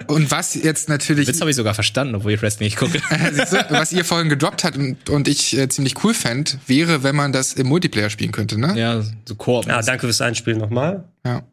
S3: Und was jetzt natürlich.
S1: Witz habe ich sogar verstanden, obwohl ich Wrestling nicht gucke.
S3: Siehst du, was ihr vorhin gedroppt hat und, und ich äh, ziemlich cool fänd, wäre, wenn man das im Multiplayer spielen könnte, ne?
S1: ja, so Koop.
S2: Ja, Ah, danke fürs Einspielen nochmal.
S3: Ja.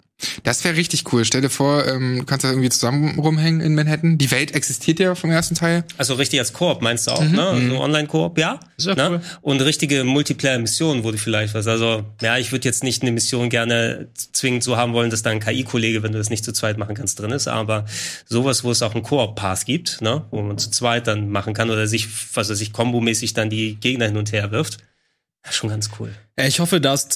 S3: Das wäre richtig cool. Stell dir vor, ähm, du kannst da irgendwie zusammen rumhängen in Manhattan. Die Welt existiert ja vom ersten Teil.
S2: Also richtig als Koop meinst du auch, ne? Also Online-Koop, ja. ne? Und richtige Multiplayer-Missionen wurde vielleicht was. Also, ja, ich würde jetzt nicht eine Mission gerne zwingend so haben wollen, dass da ein KI-Kollege, wenn du das nicht zu zweit machen kannst, drin ist. Aber sowas, wo es auch einen Koop-Pass gibt, ne? Wo man zu zweit dann machen kann oder sich, was weiß ich, kombomäßig dann die Gegner hin und her wirft. Ja, schon ganz cool.
S1: Ey, Ich hoffe, da es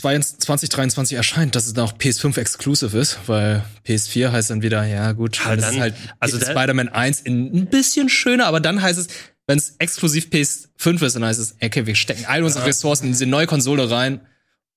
S1: 2023 erscheint, dass es dann auch PS5 exclusive ist, weil PS4 heißt dann wieder, ja gut,
S2: Ja,
S1: wenn
S2: dann-
S1: es halt
S2: also da-
S1: Spider-Man 1 in ein bisschen schöner, aber dann heißt es, wenn es exklusiv PS5 ist, dann heißt es, okay, wir stecken all unsere Ressourcen in diese neue Konsole rein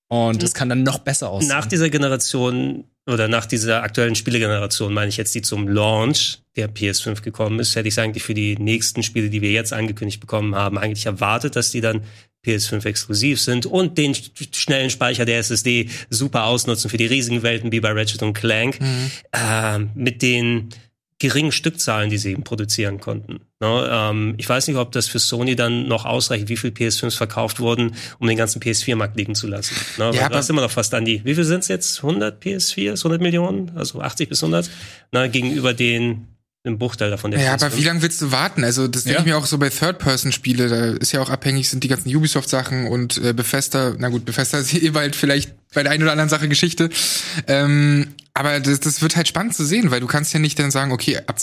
S1: und das kann dann noch besser aussehen.
S2: Nach dieser Generation oder nach dieser aktuellen Spielegeneration, meine ich jetzt, die zum Launch der PS5 gekommen ist, hätte ich es eigentlich für die nächsten Spiele, die wir jetzt angekündigt bekommen haben, eigentlich erwartet, dass die dann PS5 exklusiv sind und den sch- schnellen Speicher der SSD super ausnutzen für die riesigen Welten wie bei Ratchet und Clank.
S3: Mhm.
S2: Ähm, mit den geringen Stückzahlen, die sie eben produzieren konnten. Ne? Ähm, ich weiß nicht, ob das für Sony dann noch ausreicht, wie viel PS5s verkauft wurden, um den ganzen PS4-Markt liegen zu lassen. Ne?
S3: Ja,
S2: Ja,
S3: aber-
S2: du hast immer noch fast an die, wie viel sind es jetzt? 100 PS4s, 100 Millionen? Also 80 bis 100? Ne? Gegenüber den, dem Bruchteil davon. Der
S3: Ja,
S2: PS5.
S3: aber wie lange willst du warten? Also, das denke ich mir auch so bei Third-Person-Spiele, da ist ja auch abhängig, sind die ganzen Ubisoft-Sachen und äh, Bethesda, na gut, Bethesda ist eh bald vielleicht bei der einen oder anderen Sache Geschichte. Ähm, aber das, das wird halt spannend zu sehen, weil du kannst ja nicht dann sagen, okay, ab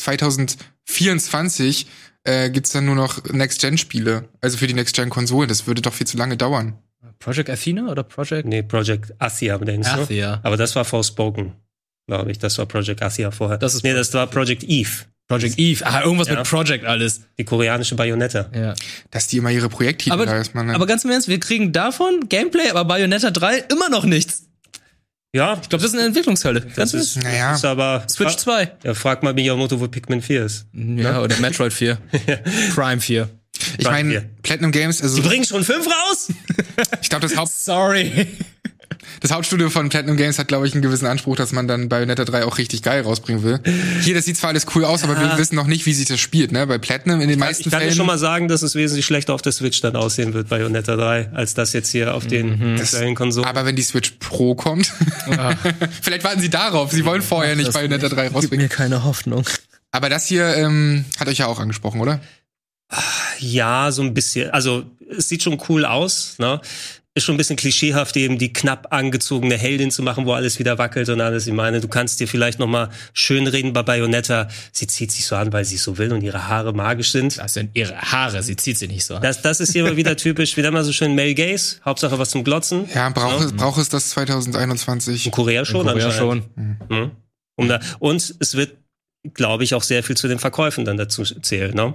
S3: 2024 äh, gibt's dann nur noch Next-Gen-Spiele, also für die Next-Gen-Konsolen. Das würde doch viel zu lange dauern.
S1: Project Athena oder Project?
S2: Nee, Project Athia, denkst du?
S1: Athia.
S2: ne? Aber das war Forspoken, glaube ich. Das war Project Athia vorher.
S1: Das ist
S2: nee, das war Project Eve.
S1: Project Eve. Ah, irgendwas
S2: Ja.
S1: mit Project alles.
S2: Die koreanische Bajonette.
S1: Ja.
S3: Dass die immer ihre Projekttitel
S1: Aber-
S3: da erstmal. ne?
S1: Aber ganz im Ernst, wir kriegen davon Gameplay, aber Bayonetta 3 immer noch nichts.
S2: Ja,
S1: Ich glaube, das ist eine Entwicklungshölle. Ganz
S2: das
S1: im
S2: ist,
S1: Ernst.
S3: Naja.
S2: das ist aber.
S1: Switch 2.
S2: Ja, frag mal Miyamoto, wo Pikmin 4 ist.
S1: Ja, oder Metroid 4. Prime 4.
S3: ich meine, Platinum Games, also
S2: Die bringen schon fünf raus?
S3: ich glaube, das Haupt
S1: Sorry.
S3: das Hauptstudio von Platinum Games hat, glaube ich, einen gewissen Anspruch, dass man dann Bayonetta 3 auch richtig geil rausbringen will. Hier, das sieht zwar alles cool aus, aber wir wissen noch nicht, wie sich das spielt, ne? Bei Platinum in den meisten
S2: ich kann
S3: Fällen.
S2: dir schon mal sagen, dass es wesentlich schlechter auf der Switch dann aussehen wird, Bayonetta 3, als das jetzt hier auf den aktuellen Konsolen.
S3: Aber wenn die Switch Pro kommt, vielleicht warten sie darauf. Sie wollen vorher nicht Bayonetta 3 rausbringen.
S4: Gibt mir keine Hoffnung.
S3: Aber das hier ähm, hat euch ja auch angesprochen, oder?
S2: Ja, so ein bisschen. Also, es sieht schon cool aus, ne? Ist schon ein bisschen klischeehaft, eben die knapp angezogene Heldin zu machen, wo alles wieder wackelt und alles. Ich meine, du kannst dir vielleicht noch mal schön reden bei Bayonetta. Sie zieht sich so an, weil sie es so will und ihre Haare magisch sind.
S1: Das sind ihre Haare, sie zieht sie nicht so an.
S2: Das, das ist hier mal wieder typisch, wieder mal so schön Male Gaze. Hauptsache was zum Glotzen.
S3: Ja, braucht
S2: genau.
S3: es, braucht es das 2021?
S2: In Korea schon,
S1: In Korea
S2: anscheinend.
S1: schon.
S2: Mhm. Um da, und es wird, glaube ich, auch sehr viel zu den Verkäufen dann dazu zählen, ne?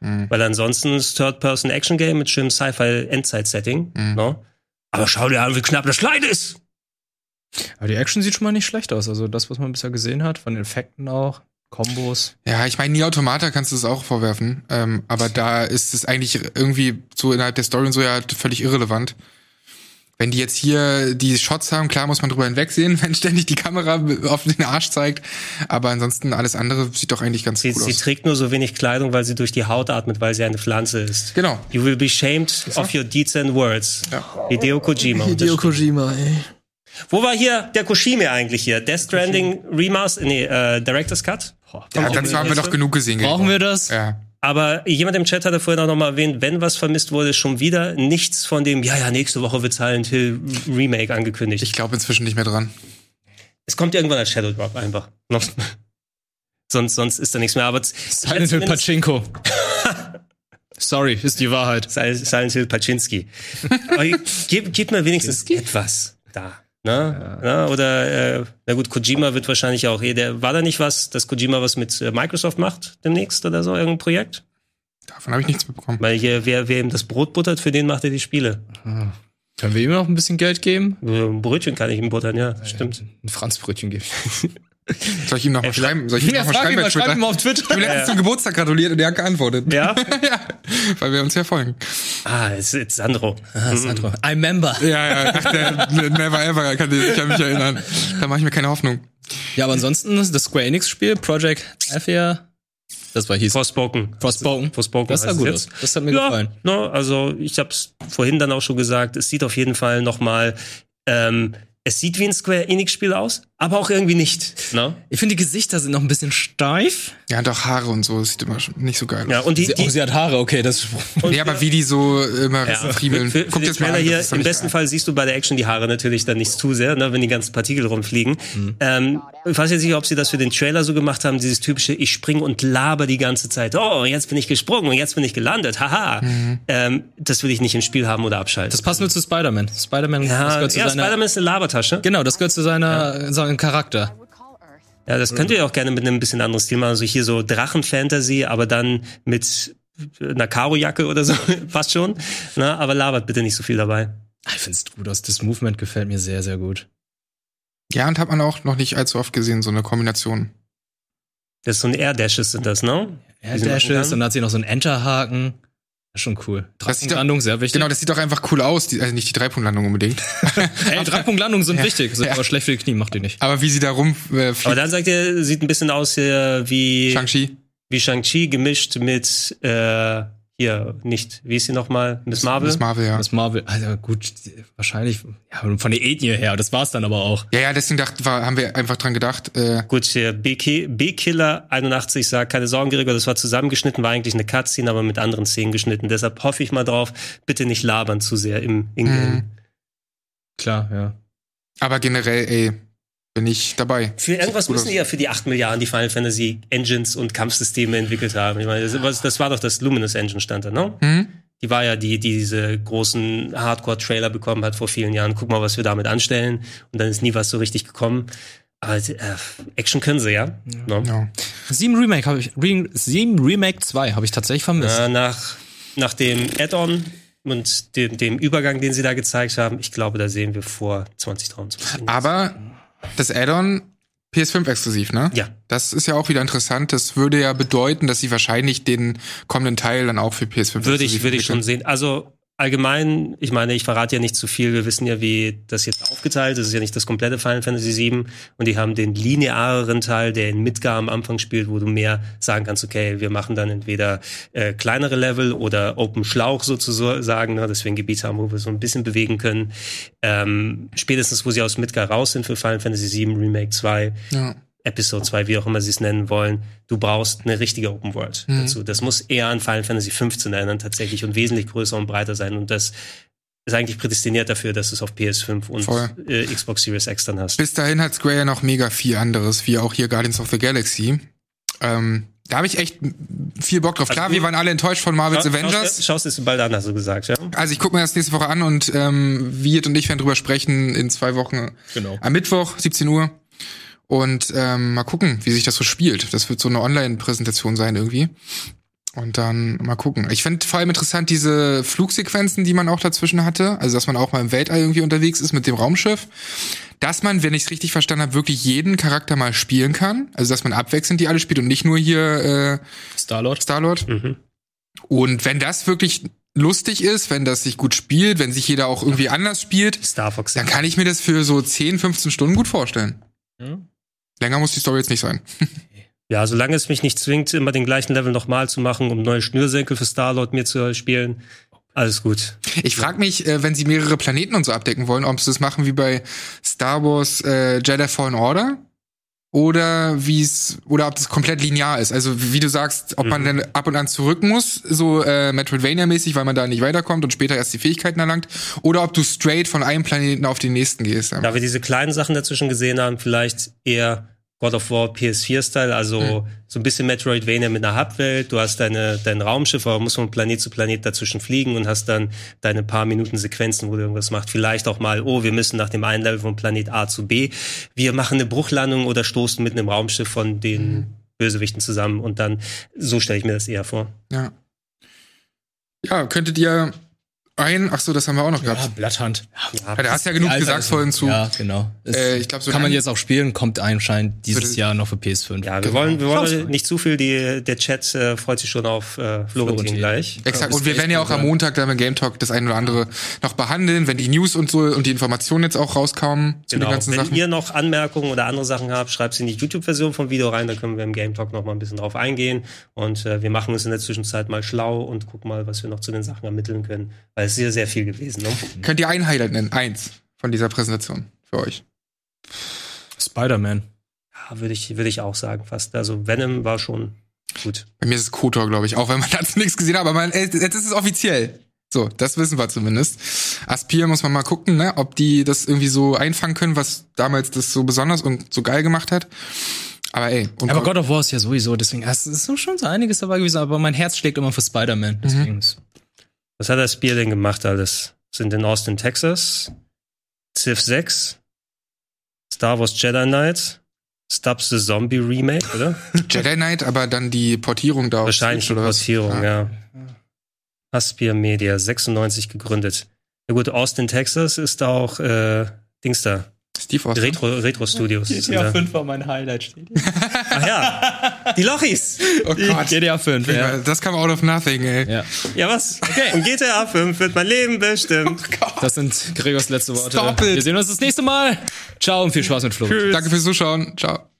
S3: Hm.
S2: Weil ansonsten ist Third-Person-Action-Game mit schönem Sci-Fi-Endzeit-Setting. Ne? Aber schau dir an, wie knapp das Kleid ist.
S1: Aber die Action sieht schon mal nicht schlecht aus. Also das, was man bisher gesehen hat, von den Effekten auch, Kombos.
S3: Ja, ich meine, nie Automata kannst du es auch vorwerfen. Ähm, aber da ist es eigentlich irgendwie so innerhalb der Story und so ja völlig irrelevant. Wenn die jetzt hier die Shots haben, klar muss man drüber hinwegsehen, wenn ständig die Kamera auf den Arsch zeigt. Aber ansonsten alles andere sieht doch eigentlich ganz
S2: Sie,
S3: cool
S2: sie
S3: aus.
S2: trägt nur so wenig Kleidung, weil sie durch die Haut atmet, weil sie eine Pflanze ist.
S3: Genau.
S2: You will be shamed of your deeds and words. Hideo Kojima.
S4: Hideo Kojima, ey.
S2: Wo war hier der Koshime eigentlich hier? Death Stranding Remaster, nee, äh, Director's Cut? Boah,
S3: Ja, dazu haben wir doch genug gesehen.
S1: Brauchen wir das?
S3: Ja.
S2: Aber jemand im Chat hatte vorhin auch nochmal erwähnt, wenn was vermisst wurde, schon wieder nichts von dem, ja, ja, nächste Woche wird Silent Hill Remake angekündigt.
S3: Ich glaube inzwischen nicht mehr dran.
S2: Es kommt irgendwann als Shadow Drop einfach. Noch- sonst, sonst ist da nichts mehr. Aber es- ich hätte
S1: Silent Hill
S2: zumindest-
S1: Pachinko. Sorry, ist die Wahrheit.
S2: Sil- Silent Hill Paczynski. Aber gib, gib mir wenigstens etwas da. Ne? Ne? Oder, äh, na gut, Kojima wird wahrscheinlich auch. eh, Der, war da nicht was, dass Kojima was mit äh, Microsoft macht demnächst oder so, irgendein Projekt?
S3: Davon habe ich nichts mitbekommen.
S2: Weil hier, wer, wer ihm das Brot buttert, für den macht er die Spiele.
S1: Können wir ihm noch ein bisschen Geld geben?
S2: Ein Brötchen kann ich ihm buttern, ja, stimmt.
S1: Ein Franzbrötchen geben.
S3: Soll ich ihm noch mal schreiben? Soll ich ihm
S1: Ja,
S3: noch mal
S1: frag
S3: schreiben
S1: ihn
S3: bei
S1: mal, schreib
S3: Twitter?
S1: ihm auf Twitter.
S3: Ich habe letztens
S1: Ja.
S3: zum Geburtstag gratuliert und er hat geantwortet.
S2: Ja?
S3: ja. Weil wir uns ja folgen.
S2: Ah, es ist Sandro.
S1: Ah, Sandro. I member.
S3: Ja, ja, nach der Never Ever kann ich, ich kann mich erinnern. Da mache ich mir keine Hoffnung.
S1: Ja, aber ansonsten das Square Enix Spiel, Project Athia, das war hieß.
S2: Forspoken.
S1: Forspoken.
S2: Forspoken
S1: Das sah
S2: heißt es
S1: gut
S2: jetzt.
S1: aus. Das hat mir
S2: ja,
S1: gefallen.
S2: Ne, also ich habe es vorhin dann auch schon gesagt, es sieht auf jeden Fall nochmal, ähm, es sieht wie ein Square Enix-Spiel aus, aber auch irgendwie nicht. Ne?
S1: Ich finde, die Gesichter sind noch ein bisschen steif.
S3: Ja, und auch Haare und so, das sieht immer schon nicht so geil aus.
S2: Ja, und die,
S1: Sie,
S2: die
S1: oh, sie hat Haare, okay, das
S3: ja, aber wie die so immer ja.
S2: für,
S3: friebeln.
S2: für
S3: Guckt
S2: den
S3: jetzt mal
S2: Trailer
S3: an,
S2: hier,
S3: das ist doch
S2: im
S3: nicht
S2: besten Fall siehst du bei der Action die Haare natürlich dann nicht zu sehr, ne, wenn die ganzen Partikel rumfliegen.
S1: Mhm.
S2: Ähm, ich weiß jetzt nicht, ob sie das für den Trailer so gemacht haben, dieses typische, ich springe und laber die ganze Zeit. Oh, jetzt bin ich gesprungen und jetzt bin ich gelandet, haha.
S3: Mhm.
S2: Ähm, das will ich nicht im Spiel haben oder abschalten.
S1: Das passt nur zu Spider-Man. Spider-Man das
S2: ja,
S1: gehört zu
S2: Ah, ja
S1: seiner.
S2: Spider-Man ist eine Labertasche.
S1: Genau, das gehört zu seiner, seinem Charakter.
S2: Ja, das
S1: Mhm.
S2: könnt ihr auch gerne mit einem bisschen anderen Stil machen. Also hier so Drachenfantasy, aber dann mit einer Karojacke oder so. Passt schon. Na, aber labert bitte nicht so viel dabei.
S1: Ah, Ich finde es gut aus. Das Movement gefällt mir sehr, sehr gut.
S3: geil. Ja, und hat man auch noch nicht allzu oft gesehen, so eine Kombination.
S2: Das ist so ein Air Dashes sind das, ne?
S1: Ja,
S2: Die sie
S1: der
S2: machen
S1: ist
S2: kann.
S1: und da hat sie noch so einen Enterhaken. Das ist schon cool.
S3: Das sieht doch-
S1: Drei-Punkt-Landung, sehr wichtig.
S3: Genau, das sieht doch einfach cool aus, die, also nicht die Dreipunktlandung unbedingt.
S1: Ey, Drei-Punkt-Landungen sind wichtig, sind aber schlecht für die Knie, macht die nicht.
S3: Aber wie sie da äh, rumfliegt,
S2: Aber dann sagt ihr, sieht ein bisschen aus äh, wie
S3: Shang-Chi.
S2: wie Shang-Chi gemischt mit äh, hier nicht, wie ist sie nochmal? Miss Marvel?
S3: Miss Marvel, ja.
S1: Das Marvel, also gut, wahrscheinlich ja, von der Ethnie her, das war's dann aber auch.
S3: Ja, ja, deswegen dacht, war, haben wir einfach dran gedacht. Äh,
S2: Gut, hier B-Ki- B-Killer 81 sagt, keine Sorgen, Gregor, das war zusammengeschnitten, war eigentlich eine Cutscene, aber mit anderen Szenen geschnitten. Deshalb hoffe ich mal drauf, bitte nicht labern zu sehr im Ingame.
S1: Klar, ja.
S3: aber generell, ey, bin ich dabei.
S2: Für irgendwas
S3: Sieht cool
S2: müssen die ja
S3: aus.
S2: für die 8 Milliarden die Final Fantasy Engines und Kampfsysteme entwickelt haben. Ich meine, das, was- das war doch das Luminous Engine stand da, ne?
S3: Hm?
S2: Die war ja die, die diese großen Hardcore-Trailer bekommen hat vor vielen Jahren. Guck mal, was wir damit anstellen. Und dann ist nie was so richtig gekommen. Aber äh, Action können sie, ja? Ne?
S3: Ja.
S1: Sieben Remake habe ich, Re Sieben Remake 2 habe ich tatsächlich vermisst.
S2: Äh, nach, nach dem Add-on und dem, dem Übergang, den sie da gezeigt haben, ich glaube, da sehen wir vor 2023.
S3: Ah. Aber das Add-on PS5 exklusiv, ne?
S2: Ja.
S3: Das ist ja auch wieder interessant. Das würde ja bedeuten, dass sie wahrscheinlich den kommenden Teil dann auch für PS5
S2: Würde ich,
S3: exklusiv
S2: würde ich
S3: entwickeln.
S2: schon sehen. Also allgemein, ich meine, ich verrate ja nicht zu viel, wir wissen ja, wie das jetzt aufgeteilt ist. Es ist ja nicht das komplette Final Fantasy VII und die haben den lineareren Teil, der in Midgar am Anfang spielt, wo du mehr sagen kannst, okay, wir machen dann entweder äh, kleinere Level oder Open Schlauch sozusagen, ne, dass wir ein Gebiet haben, wo wir so ein bisschen bewegen können. Ähm, spätestens, wo sie aus Midgar raus sind für Final Fantasy VII Remake 2, ja. Episode 2, wie auch immer sie es nennen wollen, du brauchst eine richtige Open World mhm. dazu. Das muss eher an Final Fantasy 15 erinnern tatsächlich und wesentlich größer und breiter sein. Und das ist eigentlich prädestiniert dafür, dass du es auf PS5 und äh, Xbox Series X dann hast.
S3: Bis dahin hat Square ja noch mega viel anderes, wie auch hier Guardians of the Galaxy. Ähm, da habe ich echt viel Bock drauf. Klar, also, wir waren alle enttäuscht von Marvel's
S2: schau,
S3: Avengers.
S2: Schaust es bald an, hast du gesagt, ja?
S3: Also ich gucke mir das nächste Woche an und ähm, Viet und ich werden drüber sprechen in zwei Wochen. Genau. Am Mittwoch, 17 Uhr. Und ähm, mal gucken, wie sich das so spielt. Das wird so eine Online-Präsentation sein irgendwie. Und dann mal gucken. Ich finde vor allem interessant diese Flugsequenzen, die man auch dazwischen hatte. Also, dass man auch mal im Weltall irgendwie unterwegs ist mit dem Raumschiff. Dass man, wenn ich es richtig verstanden habe, wirklich jeden Charakter mal spielen kann. Also, dass man abwechselnd die alle spielt und nicht nur hier
S2: äh, Starlord.
S3: Starlord. Mhm. Und wenn das wirklich lustig ist, wenn das sich gut spielt, wenn sich jeder auch irgendwie anders spielt,
S2: Star Fox,
S3: dann kann ich mir das für so 10, 15 Stunden gut vorstellen. Ja. Länger muss die Story jetzt nicht sein.
S2: ja, solange es mich nicht zwingt, immer den gleichen Level nochmal zu machen, um neue Schnürsenkel für Starlord mir zu spielen. Alles gut.
S3: Ich frage mich, äh, wenn sie mehrere Planeten und so abdecken wollen, ob sie das machen wie bei Star Wars äh, Jedi Fallen Order oder wie es oder ob das komplett linear ist. Also wie du sagst, ob man mhm. dann ab und an zurück muss, so äh, Metroidvania-mäßig, weil man da nicht weiterkommt und später erst die Fähigkeiten erlangt, oder ob du straight von einem Planeten auf den nächsten gehst.
S2: Da wir diese kleinen Sachen dazwischen gesehen haben, vielleicht eher God of War PS4-Style, also mhm. so ein bisschen Metroidvania mit einer Hubwelt. Du hast deine, dein Raumschiff, aber musst von Planet zu Planet dazwischen fliegen und hast dann deine paar Minuten Sequenzen, wo du irgendwas machst. Vielleicht auch mal, oh, wir müssen nach dem einen Level von Planet A zu B. Wir machen eine Bruchlandung oder stoßen mit einem Raumschiff von den mhm. Bösewichten zusammen und dann, so stelle ich mir das eher vor.
S3: Ja. Ja, könntet ihr ein, ach so, das haben wir auch noch gehabt.
S1: Ja, Blatthand.
S3: Ja, ja, da hast ja genug gesagt vorhin zu.
S1: Ja, genau.
S3: Äh, ich glaub, so
S1: kann man jetzt auch spielen, kommt anscheinend dieses Jahr noch für PS5.
S2: Ja, wir genau. wollen, wir wollen nicht zu viel, die, der Chat äh, freut sich schon auf äh, Florentin, Florentin gleich.
S3: Exakt, und wir werden ja auch am Montag dann im Game Talk das eine oder andere noch behandeln, wenn die News und so und die Informationen jetzt auch rauskommen
S2: zu genau. den ganzen wenn Sachen. Wenn ihr noch Anmerkungen oder andere Sachen habt, schreibt sie in die YouTube-Version vom Video rein, dann können wir im Game Talk noch mal ein bisschen drauf eingehen und äh, wir machen uns in der Zwischenzeit mal schlau und gucken mal, was wir noch zu den Sachen ermitteln können, weil es ist ja sehr viel gewesen. Ne?
S3: Könnt ihr ein Highlight nennen? Eins von dieser Präsentation für euch.
S1: Spider-Man.
S2: Ja, würde ich, würde ich auch sagen, fast. Also Venom war schon gut.
S3: Bei mir ist es Kotor, glaube ich, auch wenn man dazu nichts gesehen hat, aber man, jetzt ist es offiziell. So, das wissen wir zumindest. Aspir muss man mal gucken, ne, ob die das irgendwie so einfangen können, was damals das so besonders und so geil gemacht hat. Aber ey.
S1: aber God of War ist ja sowieso, deswegen es ist schon so einiges dabei gewesen, aber mein Herz schlägt immer für Spider-Man. Deswegen mhm.
S2: Was hat das Bier denn gemacht alles? Sind in Austin, Texas, Civ 6, Star Wars Jedi Knight, Stubbs the Zombie Remake, oder?
S3: Jedi Knight, aber dann die Portierung da
S2: Wahrscheinlich die Portierung, ja. ja. Aspir Media, 96 gegründet. Ja gut, Austin, Texas ist auch äh, Dings da.
S3: Steve Austin.
S2: Retro, Retro Studios.
S1: GTA 5 war mein Highlight, steht hier.
S2: Ach ja, die Lochis.
S1: Oh Gott. GTA 5, ja.
S3: Das kam out of nothing, ey.
S2: Ja, ja was? Okay. Und GTA 5 wird mein Leben bestimmt. Oh
S1: Gott. Das sind Gregors letzte Worte.
S3: Stop it.
S1: Wir sehen uns das nächste Mal. Ciao und viel Spaß mit Flo.
S3: Danke fürs Zuschauen. Ciao.